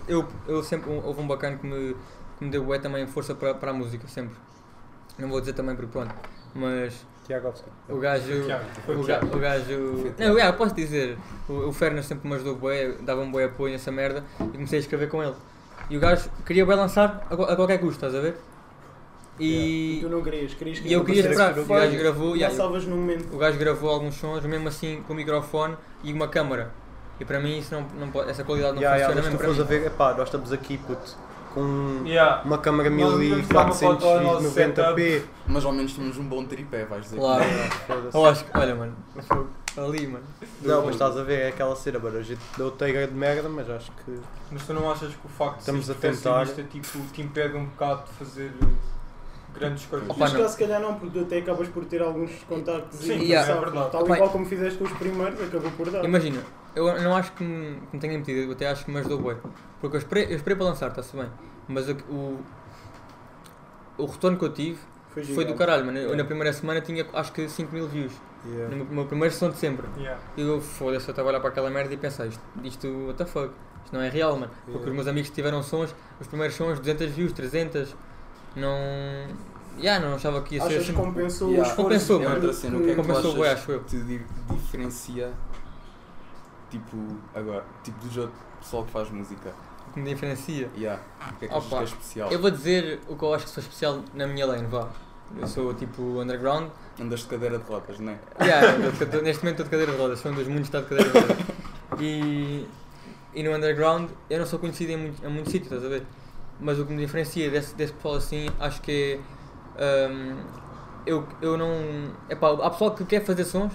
Speaker 3: eu, eu sempre, houve um bacana que me, que me deu bué também força para, para a música, sempre. Não vou dizer também porque pronto, mas
Speaker 1: Tiago Alves. é
Speaker 3: o gajo...
Speaker 6: Tiago, foi
Speaker 3: O, ga,
Speaker 6: Tiago.
Speaker 3: o gajo. Não, yeah, posso dizer. O, o Fernas sempre me ajudou bué, dava-me bué apoio nessa merda e comecei a escrever com ele. E o gajo queria bem lançar a, qual- a qualquer custo, estás a ver?
Speaker 4: E
Speaker 3: E,
Speaker 4: tu não querias, querias que
Speaker 3: e eu queria esperar. O gajo
Speaker 4: gravou.
Speaker 3: gravou,
Speaker 4: Já
Speaker 3: yeah,
Speaker 4: salvas no momento.
Speaker 3: o gajo gravou alguns sons, mesmo assim com o microfone e uma câmara. E para mim isso não, não pode- essa qualidade não
Speaker 1: Yeah, yeah,
Speaker 3: funciona
Speaker 1: mas tu
Speaker 3: mesmo
Speaker 1: fores a
Speaker 3: para mim.
Speaker 1: ver, epá, nós estamos aqui, puto, com um-
Speaker 6: Yeah.
Speaker 1: uma câmera
Speaker 6: Nós podemos tirar uma foto ao nosso
Speaker 1: 1490p.
Speaker 2: Mas ao menos tínhamos um bom tripé, vais dizer.
Speaker 3: Claro.
Speaker 1: Ah, Foda-se.
Speaker 3: Eu acho que, olha mano, ali mano.
Speaker 1: Não, mas estás a ver, é aquela cena, mano. A gente deu teiga de merda, mas acho que.
Speaker 6: Mas tu não achas que o facto de
Speaker 1: Estamos
Speaker 6: seres
Speaker 1: a tentar.
Speaker 6: perfeccionista tipo, te impede um bocado de fazer eh, grandes coisas?
Speaker 3: Opa,
Speaker 4: Mas
Speaker 3: não.
Speaker 4: cá se calhar não, porque tu até acabas por ter alguns contactos
Speaker 6: Sim,
Speaker 4: e
Speaker 3: yeah.
Speaker 4: sabes,
Speaker 6: é verdade.
Speaker 4: tal
Speaker 3: Opa,
Speaker 4: e qual como fizeste com os primeiros, acabou por dar.
Speaker 3: Imagina, eu não acho que me, que me tenha metido, eu até acho que me ajudou bem. Porque eu esperei, eu esperei para lançar, está-se bem. Mas o, o, o retorno que eu tive foi do
Speaker 4: gigante.
Speaker 3: caralho, mano. Eu na primeira semana tinha acho que 5 mil views.
Speaker 1: Yeah.
Speaker 3: No meu, meu primeiro som de sempre.
Speaker 6: Yeah.
Speaker 3: E eu foda-se, eu estava a olhar para aquela merda e pensar isto, isto what the fuck, isto não é real, mano. Porque
Speaker 1: Yeah.
Speaker 3: os meus amigos tiveram sons, os primeiros sons, 200 views, 300. Não. Yeah, não achava que ia ser
Speaker 4: Achas que
Speaker 3: assim.
Speaker 4: compensou
Speaker 2: Yeah.
Speaker 4: o esforço?
Speaker 3: Compensou,
Speaker 4: que-
Speaker 2: É
Speaker 3: mano.
Speaker 2: outra cena, o que é que tu
Speaker 3: Compensou bué,
Speaker 2: achas
Speaker 3: acho eu.
Speaker 2: que te di- diferencia tipo, agora, tipo do outro pessoal que faz música?
Speaker 3: O que me diferencia.
Speaker 2: Yeah. O que é que achas que
Speaker 3: Opa,
Speaker 2: é especial?
Speaker 3: Eu vou dizer o que eu acho que sou especial na minha lane, vá. Eu sou tipo underground.
Speaker 2: Andas de cadeira de rodas, não é?
Speaker 3: Yeah, eu tô- tô- neste momento estou de cadeira de rodas, sou um dos muitos que está de cadeira de rodas. E, e no underground eu não sou conhecido em muito, em muito sítio, estás a ver? Mas o que me diferencia desse, desse pessoal assim, acho que é. hum, eu, eu não. Epá, há pessoal que quer fazer sons,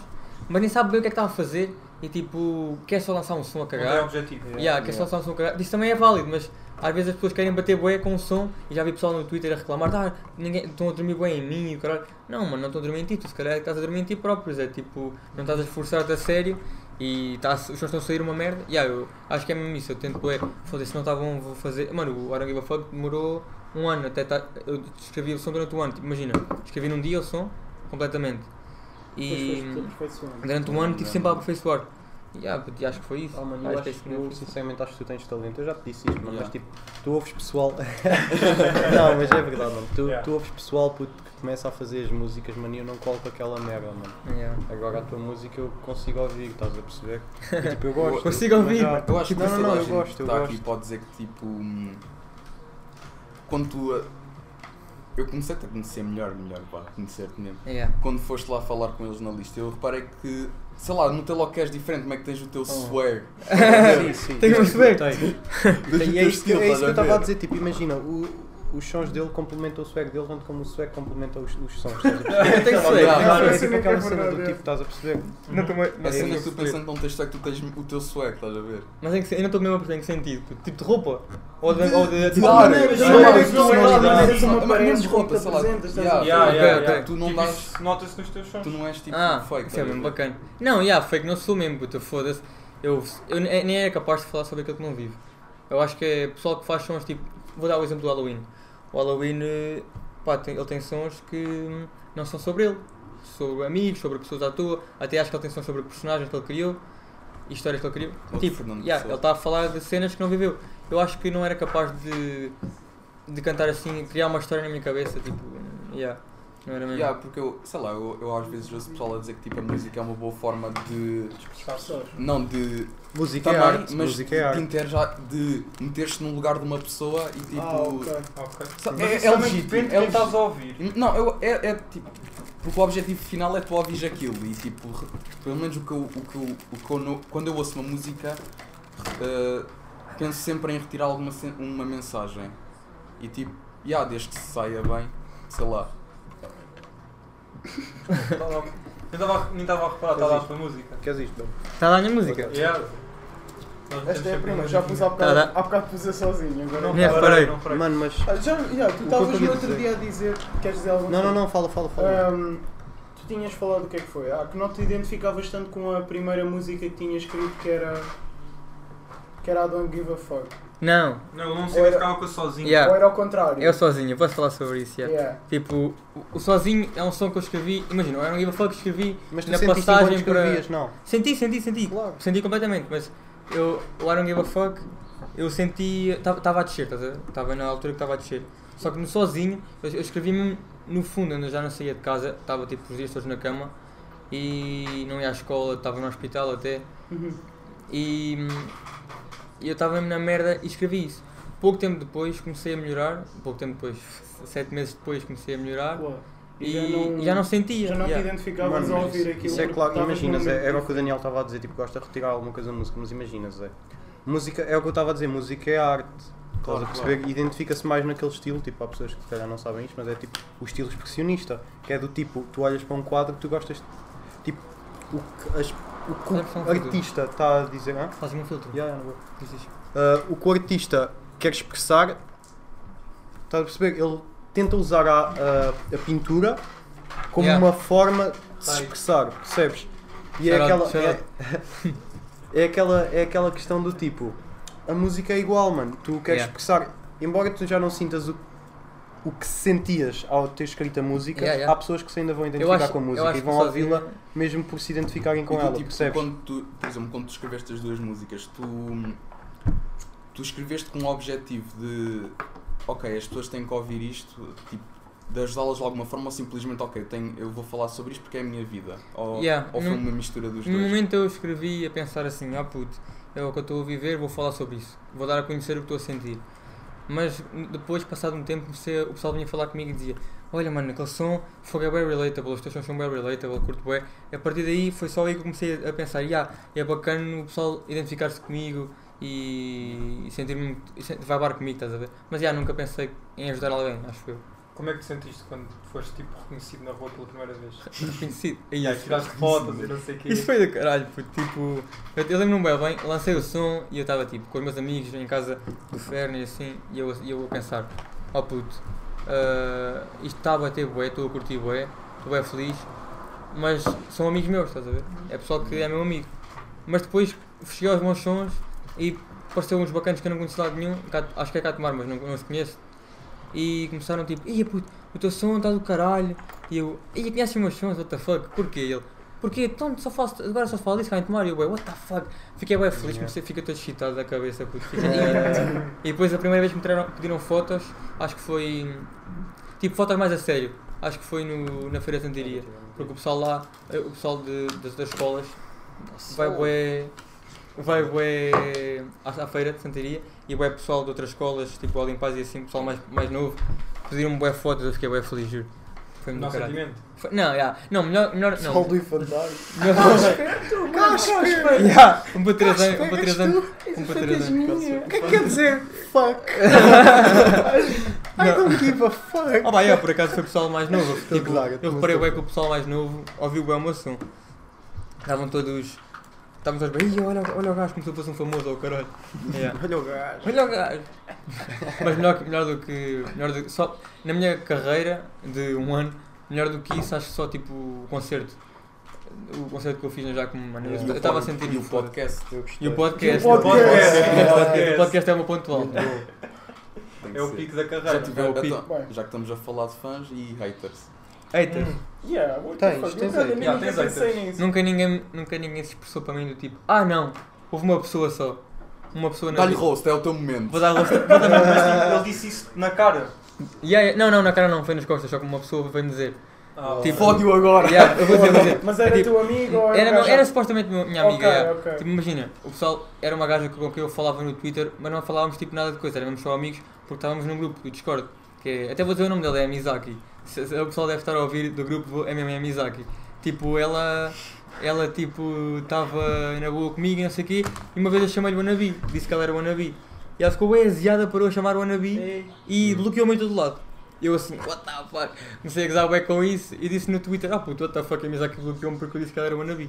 Speaker 3: mas nem sabe bem o que é que está a fazer e tipo, quer só lançar um som a
Speaker 6: Não é
Speaker 3: cagar.
Speaker 6: objetivo.
Speaker 3: Yeah, que é só som som caralho. Isso também é válido, mas às vezes as pessoas querem bater bué com o som e já vi pessoal no Twitter a reclamar, ah, ninguém, estão a dormir bué em mim e o caralho. Não, mano, não estão a dormir em ti, tu se calhar é que estás a dormir em ti próprios, é tipo, não estás a esforçar-te a sério e tá, os sons estão a sair uma merda. Yeah, eu acho que é mesmo isso. Eu tento bué, fazer se não está bom, vou fazer. Mano, o I don't give a fuck demorou um ano até tá, Eu escrevi o som durante um ano. Tipo, imagina, escrevi num dia o som completamente. E durante um ano tive sempre a aperfeiçoar. Yeah, puto, e acho que foi isso.
Speaker 1: Ah, mano, eu
Speaker 3: acho
Speaker 1: acho
Speaker 3: é isso
Speaker 1: que
Speaker 3: mesmo.
Speaker 1: eu sinceramente acho que tu tens talento. Eu já te disse isto, mano,
Speaker 2: Yeah.
Speaker 1: mas tipo, tu ouves pessoal. não, mas é verdade, mano. Tu,
Speaker 6: Yeah.
Speaker 1: tu ouves pessoal puto, que começa a fazer as músicas, mano, e eu não colo com aquela merda, mano.
Speaker 3: Yeah.
Speaker 1: Agora a tua música eu consigo ouvir, estás a perceber? E, tipo, eu gosto.
Speaker 3: Consigo ouvir,
Speaker 1: Mas,
Speaker 2: Eu acho
Speaker 1: Tipo,
Speaker 2: que
Speaker 1: não,
Speaker 2: toda
Speaker 1: não,
Speaker 2: a
Speaker 1: não, eu
Speaker 2: gente
Speaker 1: gosto,
Speaker 2: que
Speaker 1: eu
Speaker 2: está
Speaker 1: gosto.
Speaker 2: aqui pode dizer que tipo. hum, Quando tu. ah, Eu comecei-te a conhecer melhor, melhor, pá, conhecer-te mesmo.
Speaker 3: Yeah.
Speaker 2: Quando foste lá falar com eles na lista, eu reparei que, sei lá, no teu logo que és diferente, como é que tens o teu swear?
Speaker 1: Sim, sim.
Speaker 3: Tenho que perceber.
Speaker 2: Tens o
Speaker 1: E é
Speaker 2: teu
Speaker 1: isso
Speaker 2: estilo,
Speaker 1: que, é isso que eu
Speaker 2: estás
Speaker 1: estava a
Speaker 2: ver?
Speaker 1: dizer, tipo, imagina, o- os sons dele complementam o swag dele, tanto como o swag complementa os, os sons. Estás a perceber?
Speaker 3: Eu tenho que
Speaker 2: Ah,
Speaker 3: perceber.
Speaker 1: Não, é
Speaker 4: sim,
Speaker 1: tipo
Speaker 4: é
Speaker 1: aquela
Speaker 4: verdade,
Speaker 1: cena do
Speaker 4: é.
Speaker 1: tipo, estás a perceber?
Speaker 3: Não tô muito-
Speaker 2: É sendo
Speaker 3: mas tenho
Speaker 2: que tu
Speaker 3: que perceber.
Speaker 2: pensando é que não tens swag, tu tens o teu swag, estás a ver?
Speaker 3: Mas em que, eu não estou mesmo a perceber em que sentido? Puto, Tipo de roupa? Ou de. Ou de,
Speaker 2: de
Speaker 3: tipo,
Speaker 2: ar.
Speaker 4: maneiras,
Speaker 3: maneiras, não,
Speaker 4: de
Speaker 3: não,
Speaker 4: maneiras,
Speaker 2: é
Speaker 3: não,
Speaker 4: de
Speaker 3: não,
Speaker 4: maneiras,
Speaker 3: não,
Speaker 2: Ah,
Speaker 4: de maneiras.
Speaker 3: não.
Speaker 4: não apareces,
Speaker 2: de
Speaker 4: como
Speaker 2: roupa,
Speaker 4: te
Speaker 2: sei lá.
Speaker 4: apresentas, estás
Speaker 2: Yeah,
Speaker 4: a ver?
Speaker 6: Yeah,
Speaker 3: Ok,
Speaker 6: yeah,
Speaker 3: ok.
Speaker 6: yeah.
Speaker 2: Ah, Tu não
Speaker 6: Tipo,
Speaker 2: dás-
Speaker 6: isso Nota-se nos teus sons.
Speaker 2: Tu não és tipo
Speaker 3: Ah,
Speaker 2: fake.
Speaker 3: isso é
Speaker 2: estás a
Speaker 3: mesmo
Speaker 2: ver?
Speaker 3: bacana. Não, yeah, foi que não sou mesmo, puta, foda-se. Eu, eu ne- nem era capaz de falar sobre aquilo que não vivo. Eu acho que é pessoal que faz sons tipo. Vou dar o exemplo do Halloween. O Halloween, eh, pá, tem- ele tem sons que hum, não são sobre ele. Sobre amigos, sobre pessoas à toa. Até acho que ele tem sons sobre personagens que ele criou e histórias que ele criou.
Speaker 2: Ou de
Speaker 3: tipo,
Speaker 2: Fernando
Speaker 3: yeah,
Speaker 2: Pessoa.
Speaker 3: ele está a falar de cenas que não viveu. Eu acho que não era capaz de, de cantar assim, criar uma história na minha cabeça. Tipo, yeah, não era mesmo.
Speaker 2: Yeah, porque eu, sei lá, eu, eu às vezes ouço pessoal a dizer que tipo, a música é uma boa forma de.
Speaker 4: Pessoas.
Speaker 2: Não, de.
Speaker 1: Música é
Speaker 2: Também,
Speaker 1: arte,
Speaker 2: mas
Speaker 1: música é
Speaker 2: de,
Speaker 1: arte.
Speaker 2: interja- de meter-se num lugar de uma pessoa e tipo.
Speaker 4: Ah, ok.
Speaker 6: Ok.
Speaker 2: Só-
Speaker 6: Mas
Speaker 2: é-
Speaker 6: isso
Speaker 2: é
Speaker 6: também
Speaker 2: legítimo,
Speaker 6: Depende de
Speaker 2: é
Speaker 6: quem estás a
Speaker 2: legítimo.
Speaker 6: ouvir.
Speaker 2: Não, eu, é, é tipo. Porque o objetivo final é tu ouvires aquilo e tipo, re- pelo menos o que eu, o que eu, o que eu não- quando eu ouço uma música, eh, penso sempre em retirar alguma cen- uma mensagem. E tipo, yeah, desde que se saia bem, sei lá.
Speaker 6: Tava- Nem tava- Nem estava a reparar, estava a dar para a música.
Speaker 1: Queres isto, mano?
Speaker 3: Está a dar a minha Tá música.
Speaker 6: Yeah. Nós metemos
Speaker 4: Esta é a
Speaker 6: sempre
Speaker 4: prima,
Speaker 6: música.
Speaker 4: já pus há
Speaker 3: Tá,
Speaker 4: bocado,
Speaker 3: tá. é
Speaker 4: há bocado pus a sozinho, agora é
Speaker 6: Não
Speaker 4: não.
Speaker 3: Yeah,
Speaker 6: reparei,
Speaker 3: parei.
Speaker 6: não reparei.
Speaker 1: Mano, mas.
Speaker 4: Ah, Já, já, tu
Speaker 1: que
Speaker 4: estavas
Speaker 1: eu
Speaker 4: no
Speaker 1: ia
Speaker 4: outro
Speaker 1: dizer?
Speaker 4: dia a dizer, queres dizer alguma
Speaker 1: Não, não,
Speaker 4: coisa?
Speaker 1: não, fala, fala, fala.
Speaker 4: Ahm, tu tinhas falado o que é que foi? Ah, que não te identificavas tanto com a primeira música que tinhas escrito que era. que era I Don't Give a Fuck.
Speaker 3: Não,
Speaker 6: Não, eu não
Speaker 4: Ou
Speaker 6: sei,
Speaker 4: era-
Speaker 6: ficava com eu sozinho.
Speaker 3: Yeah.
Speaker 4: Ou era ao contrário?
Speaker 3: Eu sozinho, eu posso falar sobre isso, yeah.
Speaker 4: Yeah.
Speaker 3: Tipo, o, o sozinho é um som que eu escrevi, imagina, era um give a fuck que escrevi,
Speaker 1: Mas tu
Speaker 3: na
Speaker 1: sentiste
Speaker 3: passagem
Speaker 1: enquanto
Speaker 3: para-
Speaker 1: escrevias, não?
Speaker 3: senti, senti, senti,
Speaker 1: Claro.
Speaker 3: senti completamente, mas eu, o I don't give a fuck, eu senti, estava a descer, estás a ver? Estava na altura que estava a descer, só que no sozinho, eu, eu escrevi mesmo no fundo, eu já não saía de casa, estava tipo os dias todos na cama, e não ia à escola, estava no hospital até,
Speaker 4: Uhum.
Speaker 3: e hum, eu estava mesmo na merda e escrevi isso. Pouco tempo depois comecei a melhorar, pouco tempo depois, sete meses depois comecei a melhorar
Speaker 4: Boa.
Speaker 3: e, já, não, sentia.
Speaker 4: já não te
Speaker 3: yeah.
Speaker 4: identificavas
Speaker 1: Mano,
Speaker 4: a ouvir aquilo.
Speaker 1: Isso é
Speaker 4: porque
Speaker 1: claro,
Speaker 4: estavas
Speaker 1: imaginas,
Speaker 4: num
Speaker 1: é, era o
Speaker 4: momento
Speaker 1: que o Daniel estava a dizer, tipo, gosta de retirar alguma coisa da música, mas imaginas, é. Música, é o que eu estava a dizer, música é arte. Estás
Speaker 2: Claro,
Speaker 1: a perceber? Identifica-se mais naquele estilo, tipo, há pessoas que se calhar não sabem isto, mas é tipo o estilo expressionista, que é do tipo, tu olhas para um quadro que tu gostas, de- tipo, o que, as- o que
Speaker 3: Olha, só um
Speaker 1: o
Speaker 3: filtro.
Speaker 1: artista está a dizer, hã?
Speaker 3: Fazem um filtro.
Speaker 1: Yeah, não vou.
Speaker 3: Diz isto.
Speaker 1: Ah, o que o artista quer expressar, estás a perceber? Ele tenta usar a, a, a pintura como
Speaker 3: Yeah.
Speaker 1: uma forma de se
Speaker 6: Ai.
Speaker 1: expressar, percebes? E é
Speaker 3: Shout
Speaker 1: aquela,
Speaker 3: out, shout
Speaker 1: é, é aquela, é aquela questão do tipo: a música é igual, mano. Tu queres
Speaker 3: Yeah.
Speaker 1: expressar, embora tu já não sintas o, o que sentias ao ter escrito a música,
Speaker 3: Yeah, yeah.
Speaker 1: há pessoas que se ainda vão identificar com a música e
Speaker 3: que
Speaker 1: vão
Speaker 3: sozinho-
Speaker 1: ouvi-la mesmo por se identificarem com
Speaker 2: e tu,
Speaker 1: ela,
Speaker 2: tipo,
Speaker 1: percebes?
Speaker 2: Quando tu, por exemplo, quando tu escreveste as duas músicas, tu, tu escreveste com o objetivo de ok, as pessoas têm que ouvir isto, tipo, de ajudá-las de alguma forma ou simplesmente ok, tenho, eu vou falar sobre isto porque é a minha vida. Ou,
Speaker 3: Yeah,
Speaker 2: ou foi
Speaker 3: num-
Speaker 2: uma mistura dos
Speaker 3: No
Speaker 2: dois.
Speaker 3: momento eu escrevi a pensar assim, ah puto, é o que eu estou a viver, vou falar sobre isso. Vou dar a conhecer o que estou a sentir. Mas n- depois, passado um tempo, comecei, a- o pessoal vinha falar comigo e dizia Olha mano, aquele som foi bem relatable, os teus sons são bem relatable, curto bem. A partir daí foi só aí que eu comecei a a pensar, yeah, é bacana o pessoal identificar-se comigo e, e sentir-me, e sen- vibar comigo, estás a ver? Mas já, nunca pensei em ajudar alguém, acho eu.
Speaker 6: Como é que te sentiste quando foste tipo reconhecido na rua pela primeira vez?
Speaker 3: Conhecido.
Speaker 6: Yeah, tiraste fotos e não sei o quê.
Speaker 3: Isso foi do caralho, porque tipo. Eu, eu lembro-me bem, bem, lancei o som e eu estava tipo com os meus amigos em casa do Ferno e assim, e eu, e eu a pensar: ó puto, ah, isto está a bater bué, estou a curtir bué, estou bem feliz, mas são amigos meus, estás a ver? É pessoal que é meu amigo. Mas depois cheguei aos meus sons e apareceu uns bacanas que eu não conhecia de lado nenhum, cá- acho que é cá tomar, mas não, não os conheço. E começaram tipo, ia puto, o teu som está do caralho. E eu, ia conheces os meus sons, what the fuck, porquê? E ele, porquê? Então só faço, agora só falo disso cá em tomar. E eu, "Ué, what the fuck. Fiquei bem feliz,
Speaker 1: Yeah.
Speaker 3: comecei, fiquei todo excitado da cabeça, puto. Fiquei indignado. e depois a primeira vez que me tiraram- pediram fotos, acho que foi, tipo fotos mais a sério. Acho que foi no, na Feira de Santiria. Porque o pessoal lá, eh, o pessoal de, das, das escolas, vai bué, vai bué à, à feira de Santaria e bué pessoal de outras escolas, tipo Olim Paz e assim, pessoal mais, mais novo, pediram-me bué fotos, eu fiquei bué feliz, juro. Foi muito
Speaker 6: Nosso
Speaker 3: caralho.
Speaker 6: sentimento.
Speaker 3: Foi- não, yeah. não, melhor, melhor não.
Speaker 1: do infantário.
Speaker 3: melhor yeah. um patrazão, um patrazão, um patrazão.
Speaker 1: O que é que quer dizer? Fuck. I don't give a fuck.
Speaker 3: Oh, pá, yeah, por acaso foi o pessoal mais novo.
Speaker 1: Estou a
Speaker 3: Tipo,
Speaker 1: gozar, eu
Speaker 3: eu
Speaker 1: também
Speaker 3: reparei
Speaker 1: estou a
Speaker 3: bem que o pessoal mais novo ouviu bem o meu som. Estavam todos. Estavam todos bem. "Ih, Olha, olha o gajo como se eu fosse um famoso, ou caralho. Yeah.
Speaker 1: Olha o gajo.
Speaker 3: Melhor gajo. Mas melhor, melhor do que. Melhor do, que- só, na minha carreira de um ano, melhor do que isso, acho que só tipo o concerto. O concerto que eu fiz na Jacome Mano. Eu estava a sentir
Speaker 2: E o podcast.
Speaker 3: E o podcast.
Speaker 1: E o podcast.
Speaker 3: O podcast,
Speaker 6: É.
Speaker 3: o podcast é uma ponto alto.
Speaker 1: Hum.
Speaker 2: Tem que
Speaker 6: É o
Speaker 2: ser.
Speaker 6: pico da
Speaker 2: Já,
Speaker 6: carreira.
Speaker 2: tive-
Speaker 3: É o pico.
Speaker 2: então, já que estamos a falar de fãs e haters.
Speaker 3: Eita,
Speaker 1: Ah.
Speaker 4: Yeah, what
Speaker 1: Tens,
Speaker 4: the fuck?
Speaker 1: tens
Speaker 4: Nunca-
Speaker 1: aí.
Speaker 4: nem
Speaker 6: Yeah,
Speaker 4: nunca
Speaker 6: tens aí,
Speaker 4: pensei
Speaker 6: tens.
Speaker 4: nisso.
Speaker 3: nunca ninguém, nunca ninguém se expressou para mim do tipo, ah não, houve uma pessoa só. Uma pessoa na
Speaker 2: Dá-lhe rosto, é o teu momento.
Speaker 3: Vou dar rosto.
Speaker 6: Ele disse isso na cara.
Speaker 3: Yeah, yeah. Não, não, na cara não, foi nas costas, só que uma pessoa veio-me dizer.
Speaker 2: Tá
Speaker 6: Ah,
Speaker 3: Tipo,
Speaker 2: Fode-o agora.
Speaker 3: Yeah, eu vou dizer, vou dizer.
Speaker 4: Mas era
Speaker 3: Tipo,
Speaker 4: teu amigo ou
Speaker 3: Era,
Speaker 4: era um
Speaker 3: meu-
Speaker 4: gajo?
Speaker 3: era supostamente meu- minha amiga.
Speaker 4: Ok,
Speaker 3: yeah.
Speaker 4: ok.
Speaker 3: Tipo, imagina, o pessoal era uma gaja com quem eu falava no Twitter, mas não falávamos tipo nada de coisa, éramos só amigos porque estávamos num grupo do Discord. Que é, até vou dizer o nome dela, é a Mizaki. Se- se- o pessoal deve estar a ouvir do grupo, vou- é mesmo é a Mizaki. Tipo, ela. Ela tipo estava na boa comigo e não sei o quê, e uma vez eu chamei-lhe Wannabe, disse que ela era Wannabe. E ela ficou bem aziada para eu chamar
Speaker 4: É
Speaker 3: Wannabe e bloqueou-me de todo lado. Eu assim, what the fuck? Comecei a gozar bem com isso e disse no Twitter, ah puto, what the fuck, a Mizaki bloqueou-me porque eu disse que ela era wannabe.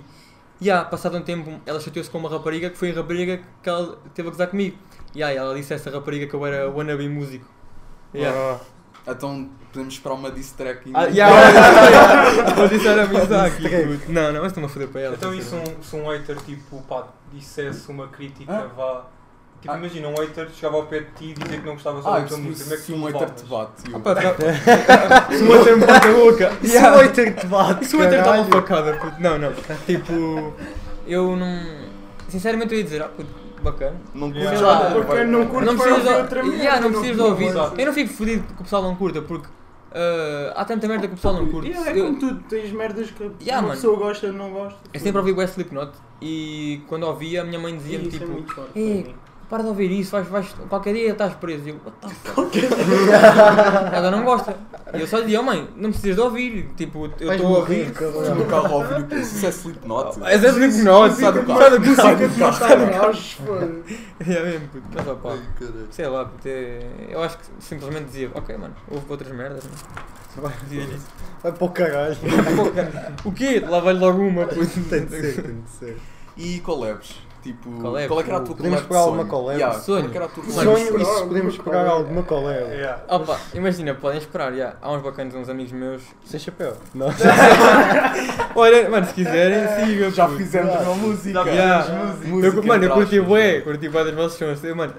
Speaker 3: E ah, passado um tempo, ela chateou-se com uma rapariga que foi a rapariga que ela teve a gozar comigo. E ah, ela disse a essa rapariga que eu era wannabe músico. Yeah.
Speaker 2: Então podemos esperar uma diss track.
Speaker 3: Ah, yeah, mas isso é era Mizaki. puto. Não, não, mas estou-me a foder para ela.
Speaker 6: Então e se
Speaker 3: sinceramente.
Speaker 6: um, se um hater tipo, pá, dissesse uma crítica,
Speaker 2: Ah.
Speaker 6: vá. Tipo,
Speaker 2: Ah.
Speaker 6: imagina, um hater chegava ao pé de ti e dizia que não gostava só
Speaker 2: Ah,
Speaker 6: da tua
Speaker 2: se,
Speaker 6: música. Como é que
Speaker 2: se
Speaker 6: tu
Speaker 2: um hater te
Speaker 6: levavas?
Speaker 2: bate.
Speaker 3: Ah,
Speaker 2: eu-
Speaker 3: pá, tá- Se o
Speaker 1: é
Speaker 3: outro me bate a boca.
Speaker 1: Isso
Speaker 3: Yeah.
Speaker 1: é o hater que te bate.
Speaker 3: Isso até está
Speaker 1: caralho.
Speaker 3: uma facada, puto. Não, não. Tipo, eu não. Sinceramente, eu ia dizer, ah, puto, bacana.
Speaker 2: Não
Speaker 6: Yeah.
Speaker 2: curtes
Speaker 6: Sei lá,
Speaker 2: nada,
Speaker 4: porque
Speaker 2: vai-
Speaker 4: não curtes para
Speaker 3: Não precisas de,
Speaker 4: ouvir outra merda,
Speaker 3: yeah, não
Speaker 4: não
Speaker 3: precisas de
Speaker 4: curto.
Speaker 3: ouvir.
Speaker 6: Exato.
Speaker 3: Eu não fico fodido que o pessoal não curta, porque eh, há tanta merda que o pessoal não curte.
Speaker 4: Yeah, é
Speaker 3: Eu-
Speaker 4: como tudo, tens merdas que
Speaker 3: Yeah,
Speaker 4: uma
Speaker 3: mano.
Speaker 4: pessoa gosta ou não gosta.
Speaker 3: eu sempre ouvi o Slipknot e quando ouvia, a minha mãe
Speaker 4: E
Speaker 3: dizia-me
Speaker 4: isso é
Speaker 3: tipo:
Speaker 4: muito forte.
Speaker 3: "Ei,
Speaker 4: para mim.
Speaker 3: para de ouvir isso, vais, vais, qualquer dia estás preso. E eu, what the fuck? Ela não gosta. E eu só dizia, oh, mãe, não precisas de ouvir. Tipo, eu estou a ouvir.
Speaker 2: Estás no carro a ouvir o que isso é Slipknot.
Speaker 3: É Slipknot,
Speaker 2: Sai do
Speaker 3: sabe?
Speaker 2: carro.
Speaker 3: Sai do
Speaker 2: Sai
Speaker 3: carro.
Speaker 2: do carro.
Speaker 3: É mesmo, puto, mas ó pá.
Speaker 2: Ai, caralho.
Speaker 3: Sei lá, puto, é- eu acho que simplesmente dizia, ok mano, houve outras merdas, né? Dizia isso.
Speaker 1: Vai para o caralho.
Speaker 3: O quê? Lá vai logo uma, puto.
Speaker 1: Tem de ser, tem de ser.
Speaker 2: E collabs? Tipo,
Speaker 3: Collabs?
Speaker 2: qual é que era a tua
Speaker 1: Podemos
Speaker 2: collab de
Speaker 1: pegar alguma
Speaker 2: sonho?
Speaker 1: collab?
Speaker 2: Yeah,
Speaker 3: Sonho?
Speaker 2: Qual é que era a tua
Speaker 1: Que
Speaker 2: collab? de
Speaker 1: Sonho,
Speaker 2: sonho?
Speaker 1: e se podemos pegar
Speaker 3: é?
Speaker 1: alguma é? colé?
Speaker 6: Yeah.
Speaker 3: Opa, imagina, podem esperar, já. Há uns bacanas, uns amigos meus.
Speaker 1: Sem chapéu. É Não.
Speaker 3: Olha, mano, se quiserem, sigam.
Speaker 2: Já
Speaker 3: puto.
Speaker 2: fizemos uma música.
Speaker 3: Yeah. Eu,
Speaker 2: Música
Speaker 3: mano, eu
Speaker 2: atrás,
Speaker 3: curti
Speaker 2: puto.
Speaker 3: bué, curti bué das vossas sons. Eu, Mano,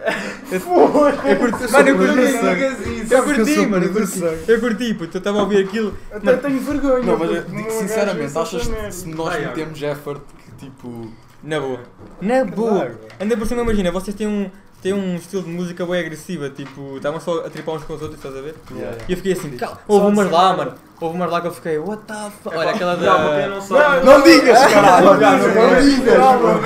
Speaker 3: eu curti, mano, eu curti, eu
Speaker 1: Sabes que eu
Speaker 3: curti,
Speaker 1: sou
Speaker 3: mano, eu
Speaker 1: produtor
Speaker 3: curti,
Speaker 1: sangue.
Speaker 3: eu curti, puto, eu estava a ouvir aquilo.
Speaker 4: Até tenho vergonha.
Speaker 2: Não, mas eu
Speaker 4: porque
Speaker 2: digo
Speaker 4: um
Speaker 2: sinceramente,
Speaker 4: gajo
Speaker 2: achas
Speaker 4: pensa
Speaker 2: que se
Speaker 4: essa merda.
Speaker 3: Ah,
Speaker 2: nós
Speaker 6: Ai,
Speaker 2: metemos effort que tipo.
Speaker 3: Na boa. Na boa. Ainda por cima, imagina, vocês têm um, têm um estilo de música bem agressiva, tipo, estavam só a tripar uns com os outros, estás a ver?
Speaker 2: Yeah.
Speaker 3: E eu fiquei assim, cal- houve umas lá, mano, houve umas lá que eu fiquei, what the fuck? Olha, aquela
Speaker 6: Yeah, para quem
Speaker 3: da...
Speaker 6: não sabe.
Speaker 2: Não digas, caralho!
Speaker 1: Não digas, não digas.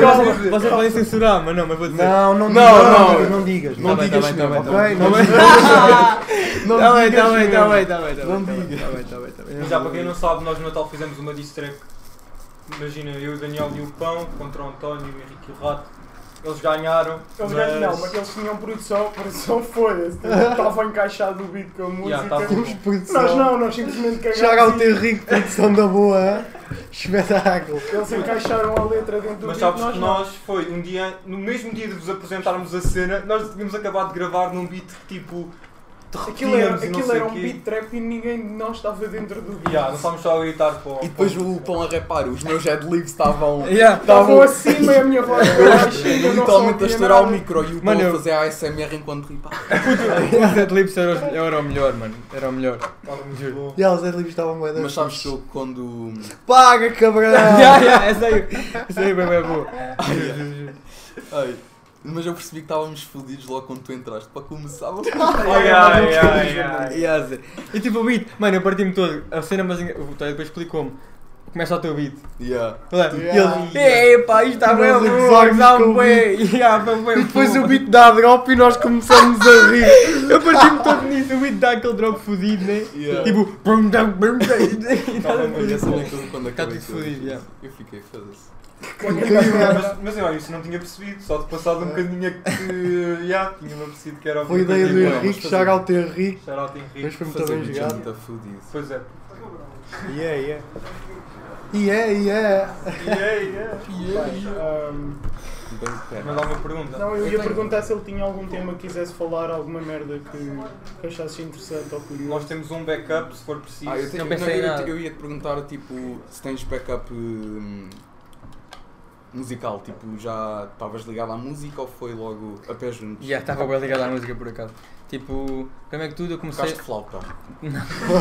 Speaker 3: Calma, Vocês podem censurar, mas não, mas vou dizer.
Speaker 1: Não, não,
Speaker 2: Não,
Speaker 1: digas,
Speaker 2: não.
Speaker 1: não digas.
Speaker 2: Não
Speaker 3: Tá bem,
Speaker 2: digas
Speaker 3: tá bem, tá
Speaker 2: mesmo,
Speaker 3: bem,
Speaker 2: ok?
Speaker 1: Ok, não digas.
Speaker 2: Não
Speaker 3: Tá bem,
Speaker 2: digas
Speaker 3: tá bem, tá
Speaker 2: mesmo.
Speaker 3: bem, tá bem, tá bem.
Speaker 2: Não
Speaker 3: tá bem,
Speaker 2: digas.
Speaker 3: tá bem, tá bem, tá bem.
Speaker 6: Já para quem não sabe, nós no Natal fizemos uma diss track. Imagina, eu, o Daniel e o Pão contra o António e o Henrique e o Rato. Eles ganharam.
Speaker 4: Eles ganham, não, mas eles tinham produção, produção foda-se. tipo, Estava encaixado o beat com a música.
Speaker 6: Yeah, tá bom.
Speaker 1: Temos produção.
Speaker 4: nós não, nós simplesmente cagámos.
Speaker 1: Chega ao
Speaker 4: e
Speaker 1: teu rico, produção da boa. hã? Espetáculo.
Speaker 4: Eles encaixaram a letra dentro
Speaker 6: Mas
Speaker 4: do beat,
Speaker 6: sabes que
Speaker 4: não.
Speaker 6: nós foi um dia, no mesmo dia de vos apresentarmos a cena, nós tínhamos acabado de gravar num beat que tipo
Speaker 4: Aquilo era,
Speaker 6: repetíamos e não
Speaker 4: aquilo
Speaker 6: sei
Speaker 4: era
Speaker 6: o
Speaker 4: um
Speaker 6: quê.
Speaker 4: beat trap e ninguém de nós estava dentro do beat.
Speaker 6: Yeah, não estávamos só a gritar para o-
Speaker 2: E depois o estão a repar, os meus headlibs estavam
Speaker 3: Yeah.
Speaker 6: tá
Speaker 4: Estavam acima e a minha voz foi baixa e eu não
Speaker 2: é literalmente a
Speaker 4: sabia
Speaker 2: estourar o
Speaker 4: nada.
Speaker 2: micro e o
Speaker 3: Mano,
Speaker 2: estão a
Speaker 3: eu-
Speaker 2: fazer ASMR enquanto ripava.
Speaker 3: O Red Lips era, os- era o melhor, mano. Era o melhor.
Speaker 6: Estava muito bom.
Speaker 1: Yeah, os Adlibs estavam bué da
Speaker 2: Mas sabes que
Speaker 1: fixe.
Speaker 2: eu quando.
Speaker 1: Paga, cabrão!
Speaker 4: Ah.
Speaker 3: yeah, yeah, essa aí. Essa aí bem, bem boa. Juro, juro, juro.
Speaker 2: Ai, mas eu percebi que estávamos fodidos logo quando tu entraste para começar.
Speaker 6: Ai, ai, ai, ai.
Speaker 3: E a Zé. E tipo o beat, mano, eu parti-me todo. A cena, mas enga- o Toy depois explicou-me. Começa o teu beat.
Speaker 2: Yeah.
Speaker 3: Ele
Speaker 1: Yeah.
Speaker 3: é, pá, isto está bem,
Speaker 1: Nós
Speaker 3: bro,
Speaker 1: gozámos
Speaker 3: dá
Speaker 1: com
Speaker 3: um
Speaker 1: o
Speaker 3: bem. Yeah, foi bué
Speaker 1: E depois
Speaker 3: bom.
Speaker 1: o beat dá drop e nós começamos a rir.
Speaker 3: Eu parti-me todo nisso, o beat dá aquele drop fodido, né?
Speaker 2: Yeah.
Speaker 3: Tipo, brum, dum, brum, dum, e tá
Speaker 6: Tava
Speaker 3: tudo
Speaker 2: Olha só
Speaker 3: fodido.
Speaker 2: naquilo quando
Speaker 3: Tá
Speaker 2: acabei
Speaker 3: tudo
Speaker 2: com
Speaker 3: fodido,
Speaker 2: isso.
Speaker 3: yeah.
Speaker 2: Eu fiquei, foda-se.
Speaker 6: Mas, mas eu isso não tinha percebido, só de passado um bocadinho é que. Yeah, tinha-me percebido que era o
Speaker 1: Foi ideia do
Speaker 2: Henrique, mas
Speaker 1: Henrique,
Speaker 2: fazer-
Speaker 1: chegar ao teu Henrique,
Speaker 6: Shout out
Speaker 1: mas
Speaker 6: Henrique.
Speaker 1: foi muito
Speaker 2: Fazer
Speaker 1: bem
Speaker 2: um
Speaker 1: jogado.
Speaker 2: jump tá fodido.
Speaker 6: Pois é.
Speaker 3: é,
Speaker 1: Yeah, yeah. Yeah, yeah.
Speaker 6: Yeah,
Speaker 3: Tá
Speaker 6: yeah.
Speaker 4: Ahm,
Speaker 2: Bem que era.
Speaker 6: Mas há uma pergunta.
Speaker 4: Um, Não, eu ia perguntar se ele tinha algum tema que quisesse falar, alguma merda que- que achasse interessante ou
Speaker 6: Nós
Speaker 4: curioso.
Speaker 6: temos um backup se for preciso.
Speaker 2: Ah, eu, tenho,
Speaker 3: Não pensei
Speaker 2: eu-
Speaker 3: nada.
Speaker 2: eu ia te perguntar tipo se tens backup hum, musical, tipo já estavas ligado à música ou foi logo a pé juntos?
Speaker 3: Já estava bem ligado à música por acaso. Tipo, primeiro que tudo eu comecei.
Speaker 2: Tocaste flauta.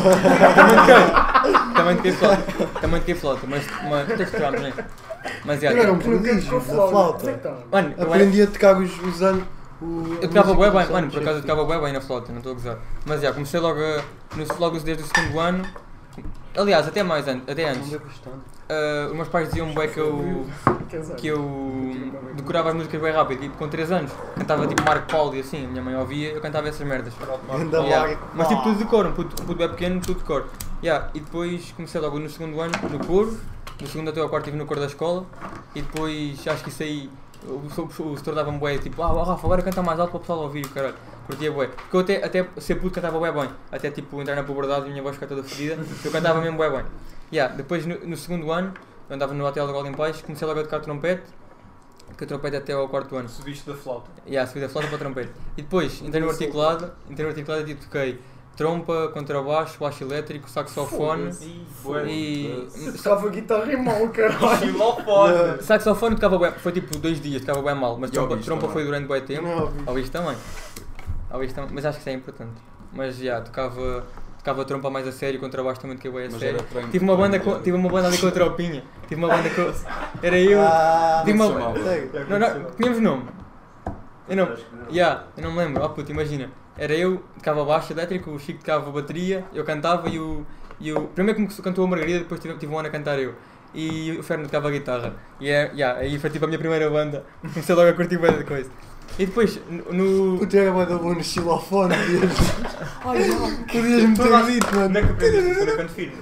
Speaker 3: Também toquei flauta. Também toquei flauta, mas. mas tens que tocar, não é? Mas já.
Speaker 1: Eu era um
Speaker 4: Que nunca
Speaker 1: prodígio
Speaker 4: tocou
Speaker 1: da flauta.
Speaker 4: Então,
Speaker 3: Mano, eu era-
Speaker 1: Aprendi a tocar os, os anos. o-
Speaker 3: Eu tocava
Speaker 1: a música
Speaker 3: bué bem,
Speaker 1: dos
Speaker 3: mano,
Speaker 1: anos
Speaker 3: por acaso eu tocava bué bem na flauta, não estou a gozar. Mas já, comecei logo, a, no, logo desde o segundo ano. Aliás, até mais antes,
Speaker 1: 60.
Speaker 3: até
Speaker 1: Não é
Speaker 3: antes.
Speaker 1: deu bastante.
Speaker 3: Ah, os meus pais diziam bué que eu,
Speaker 4: casar.
Speaker 3: que eu decorava as músicas bem rápido, tipo com 3 anos. Cantava tipo Marco Paulo e assim, a minha mãe ouvia, eu cantava essas merdas.
Speaker 1: Ganda
Speaker 3: Yeah.
Speaker 1: vaga.
Speaker 3: Mas tipo tudo de cor, um puto, um puto bem pequeno, tudo de cor. Yeah. E depois comecei logo no segundo ano no coro, no segundo até ao quarto estive no coro da escola e depois acho que isso aí o, o, o setor dava-me bué, tipo, ah oh, Rafa, agora canta mais alto para o pessoal ouvir, caralho. Curtia bué. Porque eu até, até ser puto cantava bué bem, até tipo entrar na puberdade e a minha voz ficar toda fodida, eu cantava mesmo bué bem. Yeah. Depois no, no segundo ano, eu andava no hotel do Golden Pais, comecei logo a tocar trompete, que eu trompete até ao quarto ano.
Speaker 6: Subiste da flauta.
Speaker 3: E a subida flauta para trompete. E depois entrei no articulado, entrei no articulado e tipo, toquei trompa, contrabaixo, baixo elétrico, saxofone
Speaker 6: Ih,
Speaker 3: e.
Speaker 4: Estava guitarra e mal, caralho.
Speaker 6: Xilofone.
Speaker 3: Saxofone tocava bem, foi tipo dois dias, tocava bem mal, mas
Speaker 2: E
Speaker 3: trompa,
Speaker 2: ouviste
Speaker 3: trompa
Speaker 6: tá
Speaker 2: também.
Speaker 3: foi durante bem tempo.
Speaker 1: Não, é ouvi.
Speaker 3: Ao isto também. Ao isto também, mas acho que isso é importante. Mas já, tocava, tocava trompa mais a sério, contrabaixo também toquei bem a
Speaker 2: Mas
Speaker 3: sério.
Speaker 2: era treino-
Speaker 3: Tive uma, banda
Speaker 2: treino-
Speaker 3: com- tive uma banda ali com a tropinha, tive uma banda com. Era eu.
Speaker 1: Ah,
Speaker 3: Digo uma-
Speaker 2: se chamava.
Speaker 1: Sério?
Speaker 3: Não, não, tínhamos nome. Eu não, yeah, eu não me lembro. Oh puto, imagina. Era eu, tocava baixo elétrico, o Chico tocava bateria, eu cantava e o. E o primeiro como cantou a Margarida, depois tive, tive um ano a cantar eu. E o Fernando tocava guitarra. E é, yeah, aí foi tipo a minha primeira banda. Comecei logo a curtir bem de coisa. E depois, no.
Speaker 1: Puta, era é bué da boa no xilofone. Podias-me
Speaker 6: Tu não-
Speaker 1: ter dito,
Speaker 6: Onde é
Speaker 1: mano.
Speaker 6: que aprendeste isso? Era canto firme.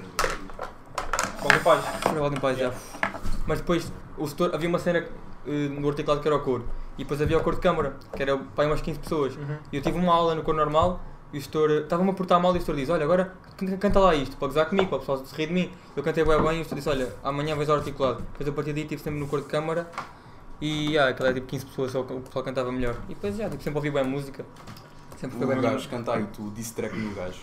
Speaker 6: Qual que faz?
Speaker 3: Era Valdem Paz, já. Mas depois o setor, havia uma cena eh, no articulado que era o coro. E depois havia o coro de câmara, que era para aí umas 15 pessoas. E eu tive uma aula no coro normal e o setor eh, estava-me a portar mal e o setor diz, olha, agora can- canta lá isto, para gozar comigo, para o pessoal se rir de mim. Eu cantei bem bem e o setor disse, olha, amanhã vais ao articulado. Depois a partir daí estive sempre no coro de câmara e ah, aquela era tipo 15 pessoas, só que o pessoal cantava melhor. E depois já, tipo, sempre ouvi bem música. Sempre foi bem
Speaker 2: O Um gajo
Speaker 3: melhor.
Speaker 2: cantar e tu disse track no gajo.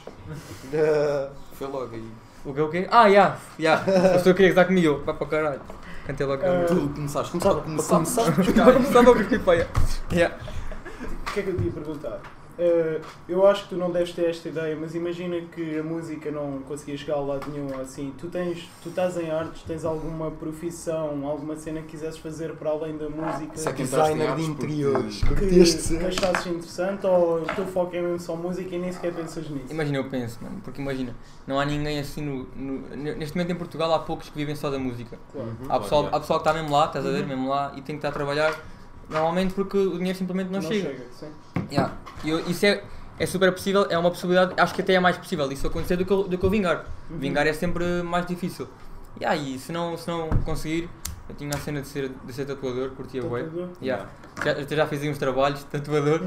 Speaker 1: Da-
Speaker 2: Foi logo aí.
Speaker 3: O que o quê? Ah, já, já. O setor queria gozar comigo, eu, vai para o caralho. Cantei logo a música.
Speaker 2: Tu começaste, começaste, começaste.
Speaker 3: Estava a começar logo aqui para
Speaker 4: O que é que eu te ia perguntar? Eh, eu acho que tu não deves ter esta ideia, mas imagina que a música não conseguia chegar a lado nenhum assim. Tu tens, tu estás em artes, tens alguma profissão, alguma cena que quisesses fazer para além da música
Speaker 2: Isso é que entraste em
Speaker 1: Designer de
Speaker 2: artes porque-
Speaker 1: interiores.
Speaker 4: que,
Speaker 1: Curtias de
Speaker 4: que
Speaker 1: ser?
Speaker 4: achasses interessante ou o teu foco é mesmo só música e nem sequer pensas nisso?
Speaker 3: Imagina, eu penso, mano, porque imagina, não há ninguém assim no, no- Neste momento em Portugal há poucos que vivem só da música.
Speaker 4: Claro.
Speaker 3: Há pessoal,
Speaker 2: Olha.
Speaker 3: há pessoal que está mesmo lá, estás a ver, mesmo lá, e tem que estar a trabalhar normalmente porque o dinheiro simplesmente não, chega.
Speaker 4: sim.
Speaker 3: Yeah. E eu- isso é, é super possível, é uma possibilidade, acho que até é mais possível isso acontecer do que eu, do que eu vingar. Vingar é sempre mais difícil. Yeah, e aí, se não, se não conseguir, eu tinha a cena de ser, de ser tatuador, curtia bué.
Speaker 4: Tatuador?
Speaker 3: Yeah. Já, até já fiz aí uns trabalhos de tatuador.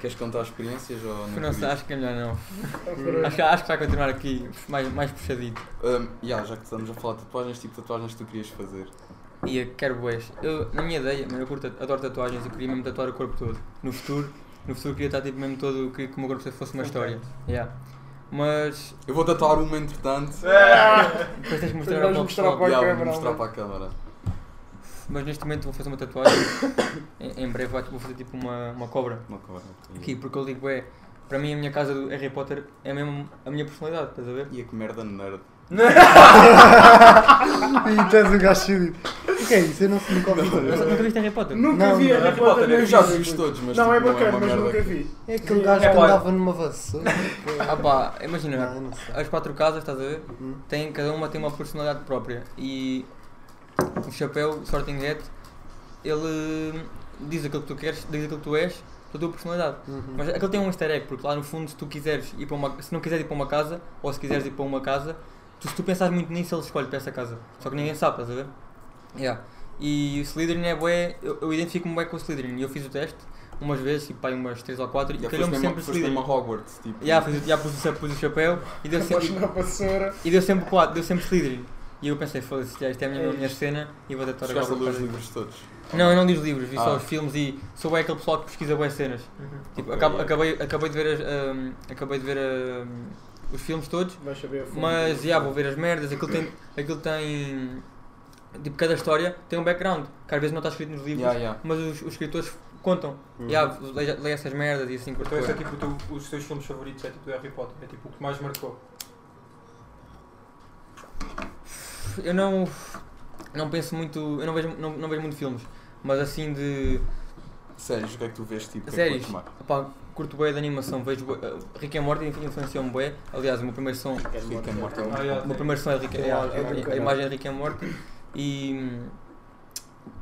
Speaker 2: Queres contar experiências ou não?
Speaker 3: Não sei,
Speaker 2: querias?
Speaker 3: acho que é melhor não.
Speaker 4: Ok.
Speaker 3: Acho, que- acho que vai continuar aqui mais, mais puxadito.
Speaker 2: Hum, yeah, já que estamos a falar de tatuagens, tipo tatuagens que tu querias fazer.
Speaker 3: E eu quero boés. Eu, na minha ideia, mano, eu curto, adoro tatuagens e queria mesmo tatuar o corpo todo. No futuro, No futuro queria estar tipo mesmo todo, queria que o meu corpo fosse uma história. Yeah. Mas
Speaker 2: Eu vou tatuar uma entretanto.
Speaker 3: depois
Speaker 8: Depois
Speaker 3: tens que mostrar
Speaker 8: vais
Speaker 3: ao
Speaker 8: mostrar
Speaker 3: pessoal.
Speaker 8: para a
Speaker 2: Yeah, vou
Speaker 8: câmara,
Speaker 2: mostrar
Speaker 8: Alberto.
Speaker 2: para a câmara.
Speaker 3: Mas neste momento vou fazer uma tatuagem. em, em breve vou fazer tipo uma, uma cobra.
Speaker 2: Uma câmara.
Speaker 3: Aqui, porque eu digo, é, para mim a minha casa do Harry Potter é mesmo a minha personalidade, estás a ver?
Speaker 2: E a que merda nerd.
Speaker 1: E tens um gajo fudido. O que é isso? Eu não sei nunca ouvi
Speaker 3: Mas
Speaker 1: falar.
Speaker 3: nunca viste Harry Potter?
Speaker 4: Nunca
Speaker 1: Não,
Speaker 4: vi
Speaker 1: não,
Speaker 4: a
Speaker 6: Harry Potter,
Speaker 4: na
Speaker 2: Eu já
Speaker 4: vida.
Speaker 2: vi os todos, mas
Speaker 4: Não, é
Speaker 2: tipo,
Speaker 4: bacana,
Speaker 2: uma
Speaker 4: mas
Speaker 2: merda
Speaker 4: nunca
Speaker 2: que-
Speaker 4: vi.
Speaker 1: É aquele gajo que
Speaker 6: É, olha.
Speaker 1: andava numa vassoura.
Speaker 3: Ah pá, imagina,
Speaker 1: Não, não sei.
Speaker 3: as quatro casas, estás a ver?
Speaker 1: Hum.
Speaker 3: Tem, cada uma tem uma personalidade própria e o chapéu, o Sorting Hat, ele diz aquilo que tu queres, diz aquilo que tu és, da tua personalidade.
Speaker 1: Uhum.
Speaker 3: Mas aquilo tem um easter egg, porque lá no fundo, se tu quiseres ir para uma, se não quiseres ir para uma casa, ou se quiseres ir para uma casa, tu, se tu pensares muito nisso, ele escolhe para essa casa. Só que ninguém sabe, estás a ver? Yeah. E o Slytherin é bué, eu, eu identifico-me bué com o Slytherin, e eu fiz o teste umas vezes, e pá, aí umas 3 ou 4, e
Speaker 2: Já foste
Speaker 3: calhou-me
Speaker 2: mesmo-
Speaker 3: sempre o
Speaker 2: foste mesmo a
Speaker 3: Slytherin.
Speaker 2: Hogwarts, tipo.
Speaker 3: Já fiz, já pus, o- pus o chapéu e deu sempre,
Speaker 8: Mostra a vassoura.
Speaker 3: e deu sempre 4, deu sempre Slytherin. E eu pensei, foda-se, já, isto é a minha, a minha cena e vou tentar
Speaker 2: Chegaste a ler os
Speaker 3: por causa disso.
Speaker 2: livros todos.
Speaker 3: Não, eu não li os livros, vi só
Speaker 2: Ah. Uhum.
Speaker 3: os filmes e sou bué aquele pessoal que pesquisa bué cenas. Tipo,
Speaker 2: Ok.
Speaker 3: acabo- acabei, acabei de ver, as, ahm, acabei de ver ahm, os filmes todos,
Speaker 4: Vais saber a fundo.
Speaker 3: mas já vou ver as merdas. Aquilo tem, aquilo tem. Tipo, cada história tem um background que às vezes não está escrito nos livros,
Speaker 2: Yeah, yeah.
Speaker 3: mas os, os escritores contam.
Speaker 1: Uhum.
Speaker 3: Yeah, ah, leia, leia essas merdas e assim por
Speaker 6: Então esse é
Speaker 3: coisa.
Speaker 6: tipo o teu- os teus filmes favoritos, é tipo do Harry Potter, é tipo o que mais marcou.
Speaker 3: Eu não. Não penso muito. Eu não vejo, não, não vejo muito filmes, mas assim de.
Speaker 2: Séries, o que é que tu vês, tipo? o que é que
Speaker 3: Séries,
Speaker 2: curtes mais?
Speaker 3: opá, curto bué de animação, vejo bué, eh, Rick and Morty influenciou-me bué, aliás o meu primeiro som,
Speaker 2: Rick and Morty é um-
Speaker 6: Ah, yeah,
Speaker 3: o meu
Speaker 6: sim.
Speaker 3: primeiro som é, Rick, é, a- é a- a imagem de Rick and Morty e hum,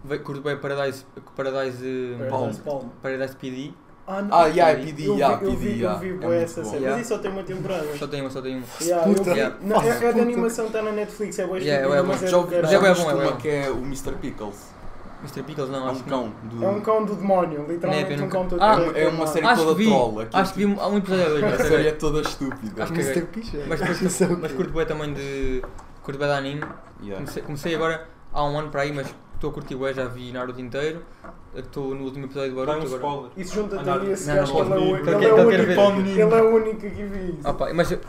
Speaker 3: ve- curto bué Paradise, Paradise, eh,
Speaker 4: Paradise Palm.
Speaker 3: Paradise PD,
Speaker 4: não.
Speaker 2: Ah, yeah, é
Speaker 4: Eu
Speaker 2: PD,
Speaker 4: vi-
Speaker 2: yeah,
Speaker 4: eu
Speaker 2: PD,
Speaker 4: vi, eu
Speaker 2: yeah.
Speaker 4: vi
Speaker 2: É
Speaker 4: bué
Speaker 2: muito
Speaker 4: essa
Speaker 2: bom.
Speaker 4: cena.
Speaker 3: Yeah.
Speaker 4: Mas isso só tem uma temporada.
Speaker 3: só tem uma, só tem um. uma.
Speaker 4: Yeah, eu vi-
Speaker 3: Yeah.
Speaker 4: Não, é, é da animação, está na Netflix, é boa
Speaker 3: Yeah, é bué bom.
Speaker 4: mas
Speaker 2: Já
Speaker 4: é do
Speaker 2: ouvi
Speaker 4: caralho.
Speaker 3: Mas é
Speaker 2: já
Speaker 3: bué bom,
Speaker 2: viste
Speaker 3: é bué
Speaker 2: uma
Speaker 3: bom.
Speaker 2: que é o Mr. Pickles.
Speaker 3: Mr. Pickles
Speaker 2: É
Speaker 3: não, acho
Speaker 2: um
Speaker 3: que não.
Speaker 2: cão. do-
Speaker 4: É um cão do demónio,
Speaker 3: Nep,
Speaker 4: literalmente
Speaker 3: eu
Speaker 4: um
Speaker 3: nunca-
Speaker 4: cão todo
Speaker 3: Ah,
Speaker 4: preto,
Speaker 2: é uma
Speaker 4: mano.
Speaker 2: série
Speaker 3: Acho que
Speaker 2: toda
Speaker 3: vi,
Speaker 2: troll. aquilo,
Speaker 3: acho que vi um- há um episódio hoje,
Speaker 2: A série é toda estúpida.
Speaker 3: Acho que
Speaker 1: Mr. Picha.
Speaker 3: mas,
Speaker 1: Isso é
Speaker 3: curto,
Speaker 1: o
Speaker 3: mas
Speaker 1: quê?
Speaker 3: curto bué também de, curto bué de anime,
Speaker 2: Yeah.
Speaker 3: Comecei, comecei agora há um ano para aí, mas estou a curtir bué, já vi Naruto inteiro, estou no último episódio do
Speaker 6: Dá um
Speaker 3: Naruto agora.
Speaker 6: spoiler.
Speaker 4: Isso junta-te
Speaker 6: Não,
Speaker 4: ali esse
Speaker 3: não,
Speaker 4: gajo,
Speaker 3: não,
Speaker 4: ele é o-
Speaker 6: não,
Speaker 4: ele é
Speaker 3: não, não,
Speaker 4: o
Speaker 3: quero ver.
Speaker 4: único. Ele é o único que vi.
Speaker 3: Ah pá, mas eu,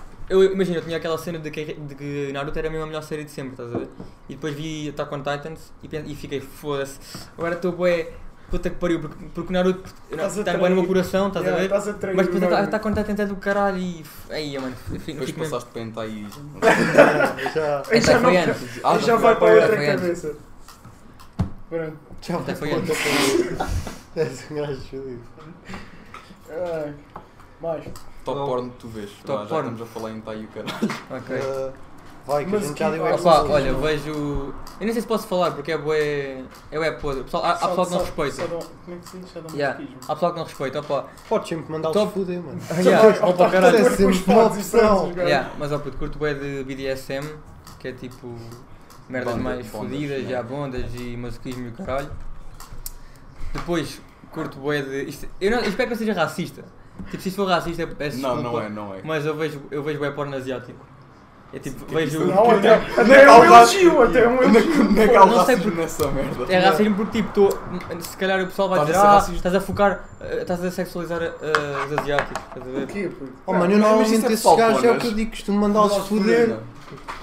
Speaker 3: eu imagino, eu tinha aquela cena de que, de que Naruto era mesmo a melhor série de sempre, estás a ver? E depois vi Attack on Titans e, pen- e fiquei, foda-se, agora estou bué, puta que pariu, porque, porque Naruto
Speaker 4: Estás a
Speaker 3: está bué no meu
Speaker 4: trair.
Speaker 3: coração, estás
Speaker 4: Yeah,
Speaker 3: a ver?
Speaker 4: Estás a trair
Speaker 3: Mas
Speaker 4: o
Speaker 3: depois
Speaker 4: nome.
Speaker 3: Attack on Titans é do caralho e, f- aí, mano, eu fico,
Speaker 2: Depois
Speaker 3: fico mesmo...
Speaker 2: passaste penta aí.
Speaker 1: Já,
Speaker 4: Eu já
Speaker 3: Até
Speaker 4: não-
Speaker 3: foi antes,
Speaker 2: Ah,
Speaker 4: E já
Speaker 2: já
Speaker 4: vai para
Speaker 3: foi
Speaker 4: outra
Speaker 3: antes.
Speaker 4: cabeça. Pronto.
Speaker 1: já
Speaker 3: até
Speaker 1: vai
Speaker 3: foi
Speaker 1: para
Speaker 3: antes.
Speaker 1: outra coisa. És um gajo fudido.
Speaker 4: Ai, Mais.
Speaker 2: Top
Speaker 6: Não.
Speaker 2: porn que tu vês.
Speaker 3: Top
Speaker 2: Ah, já
Speaker 3: porn.
Speaker 2: estamos a falar em Tai e o caralho.
Speaker 3: Ok.
Speaker 1: Ah, Vai, que a
Speaker 4: Mas
Speaker 1: gente
Speaker 4: que-
Speaker 1: já deu
Speaker 4: Ah,
Speaker 1: esta
Speaker 3: Opa,
Speaker 1: solução.
Speaker 3: olha, eu vejo... Eu nem sei se posso falar porque é bué... É bué podre, O pessoal, há, há
Speaker 4: Só-
Speaker 3: pessoal que não
Speaker 4: só- só
Speaker 3: respeita.
Speaker 4: dá um- Como é que se diz? Só dá um
Speaker 3: Yeah.
Speaker 4: pesquismo.
Speaker 3: Há pessoal que não respeita, opa.
Speaker 1: Podes sempre mandar o
Speaker 3: Top.
Speaker 1: fuder, mano.
Speaker 3: Yeah, vão para o caralho.
Speaker 1: É sempre uma opção.
Speaker 3: Yeah, mas ó puto, curto bué de BDSM, que é tipo merdas
Speaker 2: Banda-
Speaker 3: mais
Speaker 2: bondas,
Speaker 3: fodidas,
Speaker 2: né?
Speaker 3: já bondas e masoquismo e o caralho. Depois curto bué de. Isto, eu não, eu espero que não seja racista. Tipo, se isto for racista, peço
Speaker 2: Não, não
Speaker 3: desculpa,
Speaker 2: é, não é.
Speaker 3: Mas eu vejo, eu vejo bué porno asiático. É tipo,
Speaker 2: Que
Speaker 3: vejo.
Speaker 4: Não, até, até é um elogio, até é um
Speaker 2: Onde é que-
Speaker 4: elogio.
Speaker 2: onde é que
Speaker 3: Não
Speaker 2: há o
Speaker 3: sei
Speaker 2: racismo
Speaker 3: porque-
Speaker 2: nessa merda?
Speaker 3: É racismo porque tipo, tô, se calhar o pessoal vai
Speaker 2: assim, Estás a ser
Speaker 3: dizer, ah,
Speaker 2: racista."
Speaker 3: estás a focar, eh, estás a sexualizar eh, os asiáticos, estás a ver?
Speaker 4: O quê, puto?
Speaker 1: Oh, mano, eu
Speaker 2: Não, mas isso é
Speaker 1: normalmente esses
Speaker 2: pessoal,
Speaker 1: gajos é o
Speaker 2: ponas.
Speaker 1: que eu digo, costumo mandá-los
Speaker 2: não.
Speaker 1: fuder.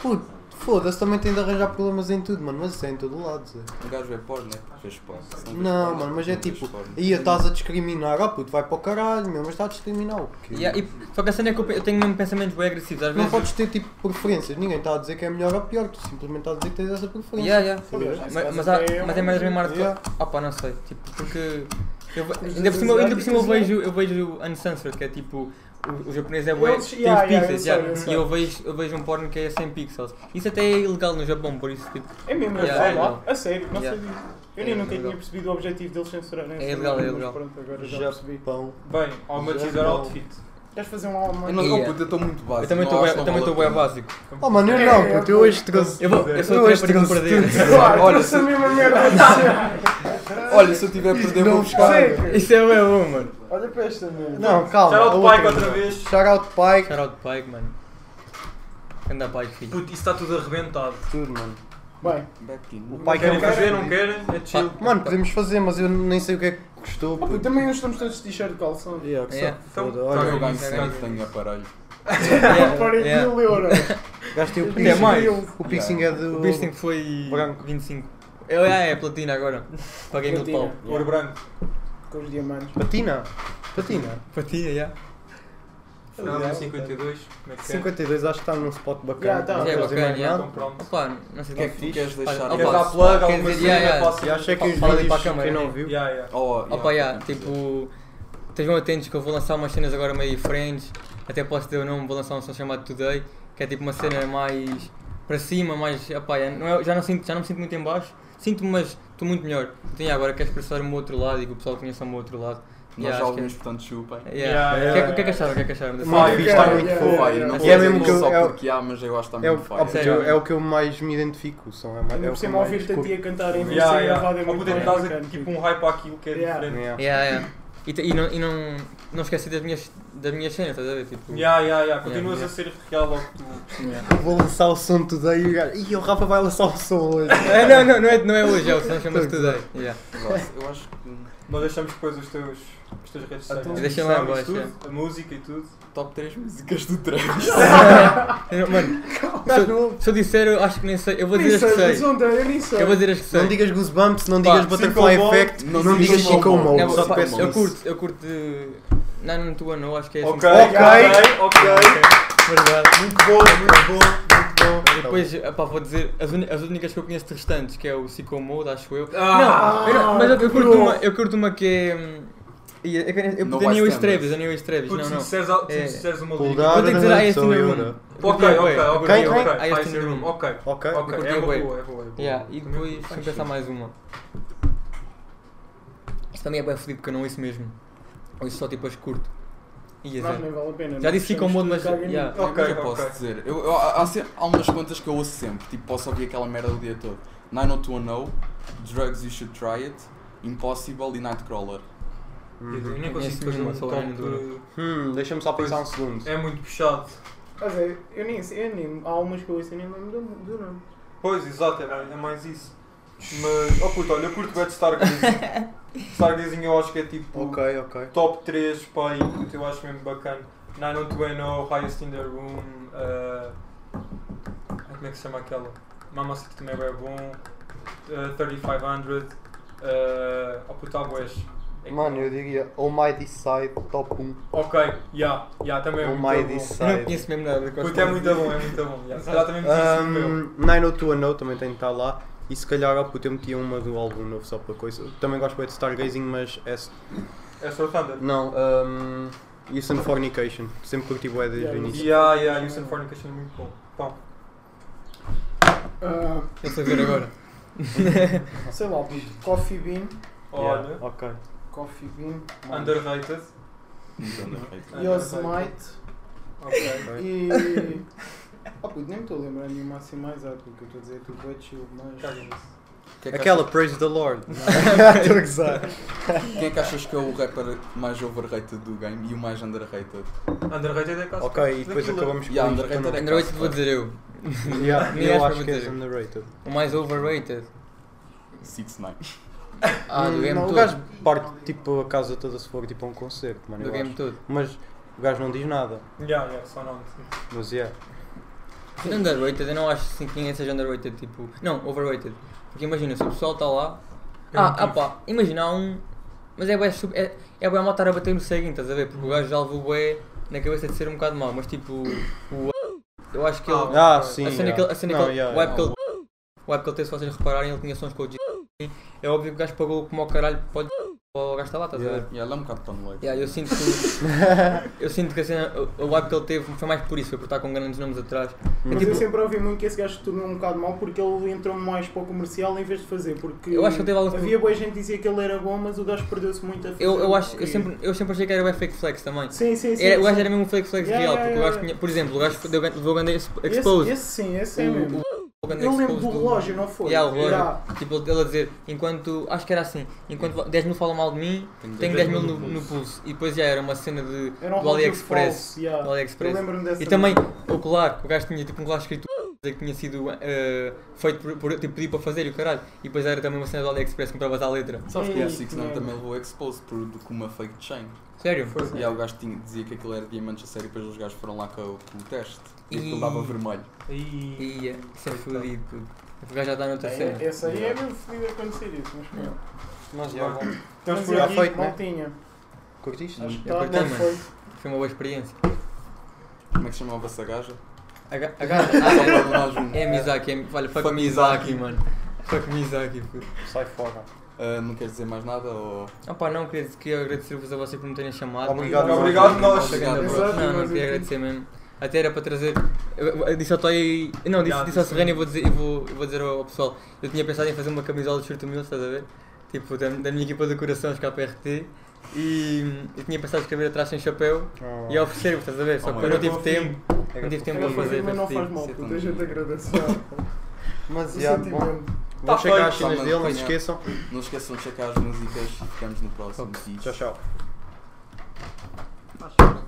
Speaker 1: Puto, foda-se, também tem de arranjar problemas em tudo, mano, mas isso é em todo lado, Zé.
Speaker 2: Um gajo vê porno, né? Vês porno. Se vês
Speaker 1: Não,
Speaker 2: porno,
Speaker 1: mano, mas é
Speaker 2: não vês
Speaker 1: tipo,
Speaker 2: porno.
Speaker 1: ia estás a discriminar, ah puto, vai para o caralho, meu, mas está a discriminar o quê?
Speaker 3: Yeah, e, só que a cena é que eu, pe- eu tenho mesmo pensamentos bem agressivos, às
Speaker 1: Não
Speaker 3: vezes.
Speaker 1: podes ter tipo preferências, ninguém está a dizer que é melhor ou pior, tu simplesmente estás a dizer que tens essa preferência.
Speaker 3: Yeah, yeah.
Speaker 1: Sabes?
Speaker 4: Nesse
Speaker 3: Mas,
Speaker 4: caso
Speaker 3: mas, há,
Speaker 4: até é um
Speaker 3: mas é merdas mesmo
Speaker 4: elogio.
Speaker 3: hardcore.
Speaker 1: Yeah.
Speaker 3: Ah pá, não sei. Tipo, porque. Eu, ve-
Speaker 4: Os
Speaker 3: ainda por cima, ainda por
Speaker 4: asiáticos,
Speaker 3: cima eu,
Speaker 4: né?
Speaker 3: vejo, eu vejo o Uncensored, que é tipo. O, o japonês é bué,
Speaker 4: Eles-
Speaker 3: tem
Speaker 4: yeah,
Speaker 3: os
Speaker 4: yeah,
Speaker 3: pixels,
Speaker 4: eu sei,
Speaker 3: yeah.
Speaker 4: eu sei.
Speaker 3: e eu vejo, eu vejo um porno que é 100 pixels. Isso até é ilegal no Japão, por isso tipo,
Speaker 4: É mesmo,
Speaker 3: Yeah,
Speaker 4: é
Speaker 3: é
Speaker 4: lá.
Speaker 3: legal.
Speaker 4: A sério, não
Speaker 3: Yeah.
Speaker 4: sabia. Eu nem
Speaker 3: É mesmo
Speaker 4: nunca tinha
Speaker 3: legal.
Speaker 4: percebido o objetivo deles censurarem essa
Speaker 3: legal,
Speaker 4: merda,
Speaker 3: é
Speaker 4: mas
Speaker 3: legal.
Speaker 4: Pronto, agora já percebi.
Speaker 1: Japão.
Speaker 6: Bem, ao meu
Speaker 3: é
Speaker 6: teaser
Speaker 1: Não.
Speaker 6: outfit.
Speaker 4: Queres fazer um
Speaker 2: Eu
Speaker 4: almoço?
Speaker 2: não,
Speaker 3: Yeah.
Speaker 2: oh, puto, eu estou muito básico.
Speaker 3: Eu também
Speaker 2: não né?
Speaker 3: estou bué-
Speaker 2: acho que não
Speaker 3: também
Speaker 2: vale
Speaker 3: estou bem
Speaker 2: a pena.
Speaker 3: básico.
Speaker 1: Oh, mano, eu não, puto, eu hoje trouxe.
Speaker 3: Eu, vou, eu sou
Speaker 1: Eu hoje
Speaker 3: trapper de
Speaker 1: trouxe
Speaker 3: perder.
Speaker 4: Claro,
Speaker 2: Olha,
Speaker 4: trouxe a
Speaker 2: se-
Speaker 4: mesma merda de
Speaker 2: Olha, se eu tiver a perder, vou buscar.
Speaker 4: sempre.
Speaker 3: Isso é bem bom, mano.
Speaker 4: Olha para esta merda.
Speaker 1: Não, calma.
Speaker 6: Shout out
Speaker 1: a
Speaker 6: Pike outra
Speaker 1: não.
Speaker 6: vez.
Speaker 1: Shout out Pike.
Speaker 3: Shout out Pike, mano. Anda Pike, filho.
Speaker 6: Puto, isso está tudo arrebentado.
Speaker 1: Tudo, mano.
Speaker 4: Bem,
Speaker 2: Backing.
Speaker 1: O
Speaker 6: Não
Speaker 1: pai que
Speaker 6: querem
Speaker 1: ele faz-
Speaker 6: fazer, não querem, é chill.
Speaker 1: Mano, podemos fazer, mas eu nem sei o que é que custou.
Speaker 4: opa,
Speaker 1: puto.
Speaker 4: Oh, também nós estamos todos de t-shirt de calção.
Speaker 1: Yeah, que
Speaker 3: Yeah.
Speaker 1: só-
Speaker 6: Então,
Speaker 1: foda,
Speaker 6: tá
Speaker 1: olha,
Speaker 2: Eu ganho
Speaker 6: isso,
Speaker 2: sempre
Speaker 6: é
Speaker 2: que tenho aparelho.
Speaker 3: Yeah,
Speaker 4: Parei
Speaker 3: yeah.
Speaker 4: mil euros.
Speaker 1: gastei o
Speaker 4: Até
Speaker 1: piercing.
Speaker 3: mais.
Speaker 1: O piercing é do.
Speaker 3: O piercing foi
Speaker 1: Branco.
Speaker 3: 25. Eu, ah, é platina agora. Paguei mil pau.
Speaker 4: Platina.
Speaker 6: Ouro branco.
Speaker 4: Com os diamantes.
Speaker 1: Patina? Patina?
Speaker 3: Platina, já.
Speaker 6: Não, é 52. Como é que é?
Speaker 1: 52 acho que está num spot bacana.
Speaker 4: Yeah, tá.
Speaker 1: não
Speaker 3: É,
Speaker 1: fazer
Speaker 3: bacana,
Speaker 1: mais
Speaker 3: yeah.
Speaker 1: nada.
Speaker 6: Então pronto.
Speaker 3: Opa, não sei
Speaker 2: O que é que tu queres deixar?
Speaker 6: Queres dar
Speaker 3: Opa,
Speaker 6: plug,
Speaker 3: Ah, quer
Speaker 6: alguma
Speaker 3: dizer,
Speaker 6: cena?
Speaker 3: yeah, yeah.
Speaker 6: posso-
Speaker 1: E acho é que os
Speaker 3: Fala ali para a
Speaker 1: vídeos,
Speaker 3: câmara,
Speaker 1: quem não
Speaker 3: né?
Speaker 1: viu,
Speaker 6: Yeah, yeah.
Speaker 2: Oh, yeah,
Speaker 3: Opa, já,
Speaker 2: tem que dizer.
Speaker 3: tipo. Estejam atentos que eu vou lançar umas cenas agora meio diferentes. Até posso ter o nome, vou lançar um som chamado Today, que é tipo uma cena mais para cima, mais. Opa, já não, é- já, não sinto, já não me sinto muito em baixo. Sinto-me, mas estou muito melhor. Então, já, agora quero expressar o meu outro lado e que o pessoal conheça o meu outro lado.
Speaker 2: Nós
Speaker 3: Yeah,
Speaker 2: já
Speaker 3: acho que é-
Speaker 2: ouvimos, portanto, chupem.
Speaker 3: Yeah.
Speaker 6: Yeah,
Speaker 3: O que é que-
Speaker 6: yeah,
Speaker 3: o que é que acharam? O que é que acharam? dessa
Speaker 1: Uma
Speaker 6: Vai,
Speaker 1: revista
Speaker 4: cara,
Speaker 1: muito
Speaker 4: yeah,
Speaker 1: foda.
Speaker 4: yeah.
Speaker 2: Vai, eu não
Speaker 3: É
Speaker 2: vou dizer
Speaker 1: mesmo que eu-
Speaker 2: só
Speaker 1: é o-
Speaker 2: porque há, mas eu acho que está
Speaker 1: É o,
Speaker 2: muito
Speaker 1: ah, puto,
Speaker 3: Sério?
Speaker 2: fire.
Speaker 1: eu- é o que eu mais me identifico, o som é mais.
Speaker 4: Ainda
Speaker 1: É o
Speaker 4: por
Speaker 1: que eu
Speaker 4: cima
Speaker 1: mais
Speaker 4: ouvir-te a
Speaker 1: curto.
Speaker 4: tia cantar em vez de
Speaker 6: Yeah,
Speaker 4: ser
Speaker 6: yeah.
Speaker 4: gravado é
Speaker 6: Ou
Speaker 4: muito
Speaker 6: podemos
Speaker 4: bom,
Speaker 6: dar
Speaker 4: bacana.
Speaker 6: tipo um hype àquilo que é
Speaker 4: Yeah.
Speaker 6: diferente.
Speaker 1: Yeah.
Speaker 3: Yeah, yeah. E, te- e não, e não, não esqueci das minhas, das minhas cenas, estás a ver? Tipo,
Speaker 6: Yeah, yeah, yeah. Continuas
Speaker 3: Yeah,
Speaker 6: a ser real ao que tu.
Speaker 1: Eu Vou lançar o som today e o gajo. Ih, o Rafa vai lançar o som hoje.
Speaker 3: É, não, não, não é, não é hoje, é o que se chama Today. Yeah.
Speaker 2: Exato. Eu acho que
Speaker 6: Nós deixamos depois os teus, as tuas redes sociais.
Speaker 4: Então,
Speaker 6: Os
Speaker 3: deixa lá em
Speaker 6: sambas,
Speaker 3: baixo,
Speaker 6: tudo, A música e tudo.
Speaker 2: top 3 músicas do Travis.
Speaker 3: Eu não- Mano, se, se eu disser, eu acho que nem sei. Eu vou
Speaker 4: Nem
Speaker 3: dizer
Speaker 4: sei,
Speaker 3: as que
Speaker 4: mas
Speaker 3: sei.
Speaker 4: onda, é eu nem sei.
Speaker 3: Eu vou dizer as que é sei.
Speaker 1: Não digas Goosebumps, não digas
Speaker 3: Pá,
Speaker 1: Butterfly
Speaker 6: Sicko Mode,
Speaker 1: Effect,
Speaker 2: não
Speaker 1: não
Speaker 2: digas
Speaker 1: digas
Speaker 2: Sicko
Speaker 1: Chico
Speaker 2: Mode.
Speaker 3: Não,
Speaker 1: Mode.
Speaker 3: eu,
Speaker 1: Só te
Speaker 3: pá,
Speaker 1: peço
Speaker 3: eu
Speaker 1: isso.
Speaker 3: curto, eu curto de. Não, não tua, não, acho que é assim.
Speaker 6: Ok,
Speaker 1: Ok.
Speaker 6: ok.
Speaker 3: verdade.
Speaker 1: Muito bom, muito bom, muito bom.
Speaker 3: Depois, pá, vou dizer as, uni- as únicas que eu conheço de restantes, que é o Sicko Mode, acho eu.
Speaker 6: Ah,
Speaker 3: não, eu não, mas eu, eu curto
Speaker 4: bro.
Speaker 3: uma, eu curto uma que é. hum, e Eu, eu, eu, eu,
Speaker 2: No
Speaker 3: Daniel
Speaker 2: Bystanders.
Speaker 3: Estreves, Daniel Estreves,
Speaker 6: Putz,
Speaker 3: não,
Speaker 6: se
Speaker 3: não.
Speaker 6: disseres al- se
Speaker 3: É.
Speaker 6: disseres uma
Speaker 1: Pull
Speaker 6: liga.
Speaker 3: Vou ter que dizer
Speaker 1: down,
Speaker 3: a este
Speaker 1: sou
Speaker 3: número
Speaker 1: eu,
Speaker 3: um.
Speaker 1: não.
Speaker 6: Ok, ok, ok.
Speaker 3: Quem,
Speaker 6: ok.
Speaker 3: quem?
Speaker 6: Ai,
Speaker 3: Ice
Speaker 6: esse
Speaker 3: in the
Speaker 6: room,
Speaker 3: Room.
Speaker 6: Ok.
Speaker 1: Ok.
Speaker 6: Ok,
Speaker 3: curti
Speaker 6: é uma
Speaker 3: bué.
Speaker 6: boa, é boa, é boa.
Speaker 3: Yeah, e
Speaker 6: Também
Speaker 3: depois,
Speaker 6: faz
Speaker 3: deixa eu pensar
Speaker 6: sentido.
Speaker 3: mais uma. Isto também é bem fodido porque eu não ouço mesmo. Ouço só tipo as que curto. E a
Speaker 4: Não,
Speaker 3: zero.
Speaker 4: nem vale a pena.
Speaker 3: Já
Speaker 4: não
Speaker 3: disse um Sicko
Speaker 4: precisamos
Speaker 3: Mode,
Speaker 4: de
Speaker 3: mas.
Speaker 4: cagar em mim.
Speaker 3: yeah.
Speaker 6: Ok,
Speaker 2: Eu posso
Speaker 6: ok.
Speaker 2: dizer. Eu, eu- há, há se- há umas quantas que eu ouço sempre. Tipo, posso ouvir aquela merda o dia todo. 90210, Drugs You Should Try It, Impossible e Nightcrawler.
Speaker 6: Eu
Speaker 1: Uhum.
Speaker 6: nem
Speaker 3: Conheço
Speaker 6: consigo fazer
Speaker 3: nenhuma,
Speaker 6: um
Speaker 3: só
Speaker 6: top.
Speaker 3: Irene Dura.
Speaker 1: Hum, deixa-me só pensar um segundo.
Speaker 6: É muito puxado.
Speaker 4: Mas é, eu nem sei, eu nem, há umas que eu ouço e nem me lembro do do nome.
Speaker 6: Pois, exato, é mais- é mais isso. Mas, oh puto, olha, eu curto bem de Stargazing. Stargazing eu acho que é tipo
Speaker 1: Ok, ok.
Speaker 6: top 3, pá, e puto, eu acho mesmo bacana. 90210, Highest in the Room, eh, ai, como é que se chama aquela? Mama Sleep também é bem bom, eh, 3500, eh, oh puto, há bués. É-
Speaker 1: Mano, eu diria Almighty Side top Oh, 1.
Speaker 6: Ok, yeah, yeah, também é muito
Speaker 1: Almighty
Speaker 6: bom.
Speaker 3: Eu não
Speaker 1: Side.
Speaker 3: conheço mesmo nada. gosto
Speaker 6: Puto, é muito bom, é muito bom. Yeah. Se calhar também me um,
Speaker 1: Um, 90210 também tem que estar lá. E se calhar, ó puto, eu metia uma do álbum novo só para coisa. Também gosto bem de Stargazing, mas é.
Speaker 6: É só o Thunder.
Speaker 1: Não, um, Isso and Fornication. Sempre curti bué desde o
Speaker 4: Yeah,
Speaker 1: início.
Speaker 6: Yeah, yeah, Houston Fornication é muito bom. Pá.
Speaker 4: Ah,
Speaker 3: Eu sei ver agora.
Speaker 4: sei lá, bicho. Coffee Bean.
Speaker 6: Olha.
Speaker 1: Yeah, ok.
Speaker 4: Coffee Bean.
Speaker 6: Underrated.
Speaker 4: Yosemite.
Speaker 6: Ok.
Speaker 4: E. Ah, puto, nem me estou a lembrar nenhuma assim mais alto do que eu estou a dizer. Tudo bem chill, mas.
Speaker 6: Caga nisso.
Speaker 2: Quem é que
Speaker 1: Aquela
Speaker 2: achas-
Speaker 1: Praise the Lord. Estou a gozar.
Speaker 2: Quem é que achas que é o rapper mais overrated do game e o mais underrated?
Speaker 6: Underrated é caso.
Speaker 1: Ok, e depois
Speaker 6: Daquilo-
Speaker 1: acabamos com
Speaker 2: Yeah,
Speaker 1: isto,
Speaker 2: underrated
Speaker 1: então não-
Speaker 2: é-
Speaker 3: Underrated vou dizer eu.
Speaker 1: Yeah,
Speaker 3: Nem
Speaker 1: Eu
Speaker 3: acho
Speaker 1: acho
Speaker 3: para
Speaker 1: que és
Speaker 3: meter.
Speaker 1: underrated.
Speaker 3: O mais overrated.
Speaker 2: Six Nine.
Speaker 3: Ah, do
Speaker 1: Hum,
Speaker 3: game
Speaker 1: não,
Speaker 3: todo.
Speaker 1: O gajo parte tipo a casa toda se for tipo a um concerto, mano.
Speaker 3: Do
Speaker 1: eu
Speaker 3: game
Speaker 1: acho.
Speaker 3: todo.
Speaker 1: Mas o gajo não diz nada.
Speaker 6: Yeah, yeah, só não.
Speaker 1: Mas yeah.
Speaker 3: Underrated, eu não acho assim, que ninguém seja underrated, tipo. Não, overrated. Porque imagina, se o pessoal está lá.
Speaker 6: Eu
Speaker 3: Ah,
Speaker 6: não
Speaker 3: ah
Speaker 6: tive.
Speaker 3: pá, imagina há um. Mas é bué, sub- é, é bué mal estar a bater no seguinte, estás a ver? Porque o gajo já levou bué na cabeça de ser um bocado mau, mas tipo. O. Eu acho que ele.
Speaker 1: Ah, sim.
Speaker 3: a cena
Speaker 1: yeah.
Speaker 3: que ele. A cena
Speaker 1: Não,
Speaker 3: que ele
Speaker 1: yeah,
Speaker 3: o app
Speaker 1: yeah.
Speaker 3: que ele. O app que ele teve, se vocês repararem, ele tinha sons com o G. É óbvio que o gajo pagou como ao caralho pode. O gajo está lá, estás a ver?
Speaker 1: Yeah.
Speaker 2: Yeah, ele é um bocado tão leite.
Speaker 3: Yeah, eu sinto que. eu sinto que a cena. O, o hype que ele teve foi mais por isso, foi por estar com grandes nomes atrás. É
Speaker 4: Mas eu
Speaker 3: tipo,
Speaker 4: sempre ouvi muito que esse gajo se tornou um bocado mal porque ele entrou mais para o comercial em vez de fazer. Porque
Speaker 3: Eu acho que ele teve alguns-
Speaker 4: havia boa gente que dizia que ele era bom, mas o gajo perdeu-se muito a fazer.
Speaker 3: eu, eu, acho,
Speaker 4: o
Speaker 3: eu,
Speaker 4: que-
Speaker 3: sempre, eu sempre achei que era o fake flex também.
Speaker 4: Sim, sim, sim.
Speaker 3: Era- o gajo
Speaker 4: sim.
Speaker 3: era mesmo um fake flex
Speaker 4: Yeah,
Speaker 3: real,
Speaker 4: yeah,
Speaker 3: porque o
Speaker 4: yeah.
Speaker 3: gajo tinha. Por exemplo, o gajo deu, levou grande expo-
Speaker 4: Esse,
Speaker 3: expose.
Speaker 4: esse sim, esse é mesmo.
Speaker 3: o grande
Speaker 4: eu lembro
Speaker 3: expose
Speaker 4: do relógio, não foi?
Speaker 3: Yeah, o relógio.
Speaker 4: Yeah.
Speaker 3: Tipo, ele a dizer, enquanto. Acho que era assim, enquanto 10 mil falam mal de mim, tenho 10 mil no, no pulso. E depois já era uma cena de,
Speaker 4: Era um
Speaker 3: do
Speaker 4: relógio
Speaker 3: AliExpress.
Speaker 4: falso, yeah.
Speaker 3: Do AliExpress.
Speaker 4: Eu lembro-me dessa.
Speaker 3: E também o colar, o gajo tinha tipo um colar escrito dizer que tinha sido eh, feito por, por eu tipo, pedir para fazer e o caralho. E depois era também uma cena do AliExpress, compravas à letra.
Speaker 2: Sabes assim que
Speaker 4: Ei,
Speaker 2: o 6
Speaker 4: que
Speaker 2: também levou expose por com uma fake chain.
Speaker 3: Sério?
Speaker 2: E aí o gajo tinha, dizia que aquilo era diamantes a sério, depois os gajos foram lá com, o- com o teste. E
Speaker 3: Ih.
Speaker 2: aquilo dava vermelho.
Speaker 6: Aí.
Speaker 3: Ia, isso é fodido. puto. O gajo já está no terceiro.
Speaker 4: É, Essa aí é mesmo fodida acontecer isso, mas pronto.
Speaker 1: Mas já, bom.
Speaker 4: Estamos por
Speaker 1: já
Speaker 4: aqui,
Speaker 1: feito, né?
Speaker 4: maltinha.
Speaker 3: É
Speaker 1: Curtiste?
Speaker 4: Acho que
Speaker 3: Eu
Speaker 4: está,
Speaker 3: curti,
Speaker 4: não
Speaker 3: mano.
Speaker 4: foi.
Speaker 3: Foi uma boa experiência.
Speaker 2: Como é que chamava essa gaja?
Speaker 3: A, ga- a
Speaker 2: Só
Speaker 3: gaja.
Speaker 2: para dar um.
Speaker 3: É Mizaki, é, olha, fuck
Speaker 2: Fuck
Speaker 3: Mizaki,
Speaker 2: Mizaki.
Speaker 3: mano. Fuck Mizaki, puto.
Speaker 1: Sai fora.
Speaker 2: Ah, não queres dizer mais nada? Ou...
Speaker 3: Ah pá, não, queria, queria agradecer-vos a vocês por me terem chamado.
Speaker 1: Obrigado.
Speaker 3: mano.
Speaker 6: Obrigado, nós.
Speaker 3: Obrigado, grande abraço.
Speaker 4: Exato,
Speaker 3: Não, não,
Speaker 4: nós
Speaker 3: queria
Speaker 4: aqui.
Speaker 3: agradecer mesmo. Até era para trazer. eu- eu Disse ao Toy. Não, disse,
Speaker 6: Já,
Speaker 3: disse ao
Speaker 6: disse.
Speaker 3: Serrano e vou dizer, e vou, e vou dizer ao, ao pessoal. Eu tinha pensado em fazer uma camisola de Shurto Mills, estás a ver? Tipo, da, da minha equipa de coração, os KPRT. E eu tinha pensado em escrever atrás sem chapéu e
Speaker 1: Oh.
Speaker 3: oferecer-vos, estás a ver? Só
Speaker 2: Oh,
Speaker 3: que eu
Speaker 2: era
Speaker 3: não tive tempo,
Speaker 1: Era
Speaker 3: não tive tempo
Speaker 4: Era
Speaker 3: para
Speaker 4: fodido,
Speaker 3: fazer.
Speaker 4: Mas não
Speaker 3: foi
Speaker 4: faz
Speaker 3: fodido.
Speaker 4: mal,
Speaker 2: ser
Speaker 4: puto.
Speaker 2: tão-
Speaker 4: A gente agradece. Vou
Speaker 1: Mas já, bom.
Speaker 4: sentir
Speaker 1: é tipo,
Speaker 3: Tá
Speaker 1: Vou checar as
Speaker 2: feito.
Speaker 1: cenas dele, não se
Speaker 2: Amanhã.
Speaker 1: esqueçam.
Speaker 2: Não esqueçam de checar as músicas e ficamos no próximo.
Speaker 3: Ok.
Speaker 2: vídeo.
Speaker 1: Tchau, tchau.
Speaker 6: Acho que-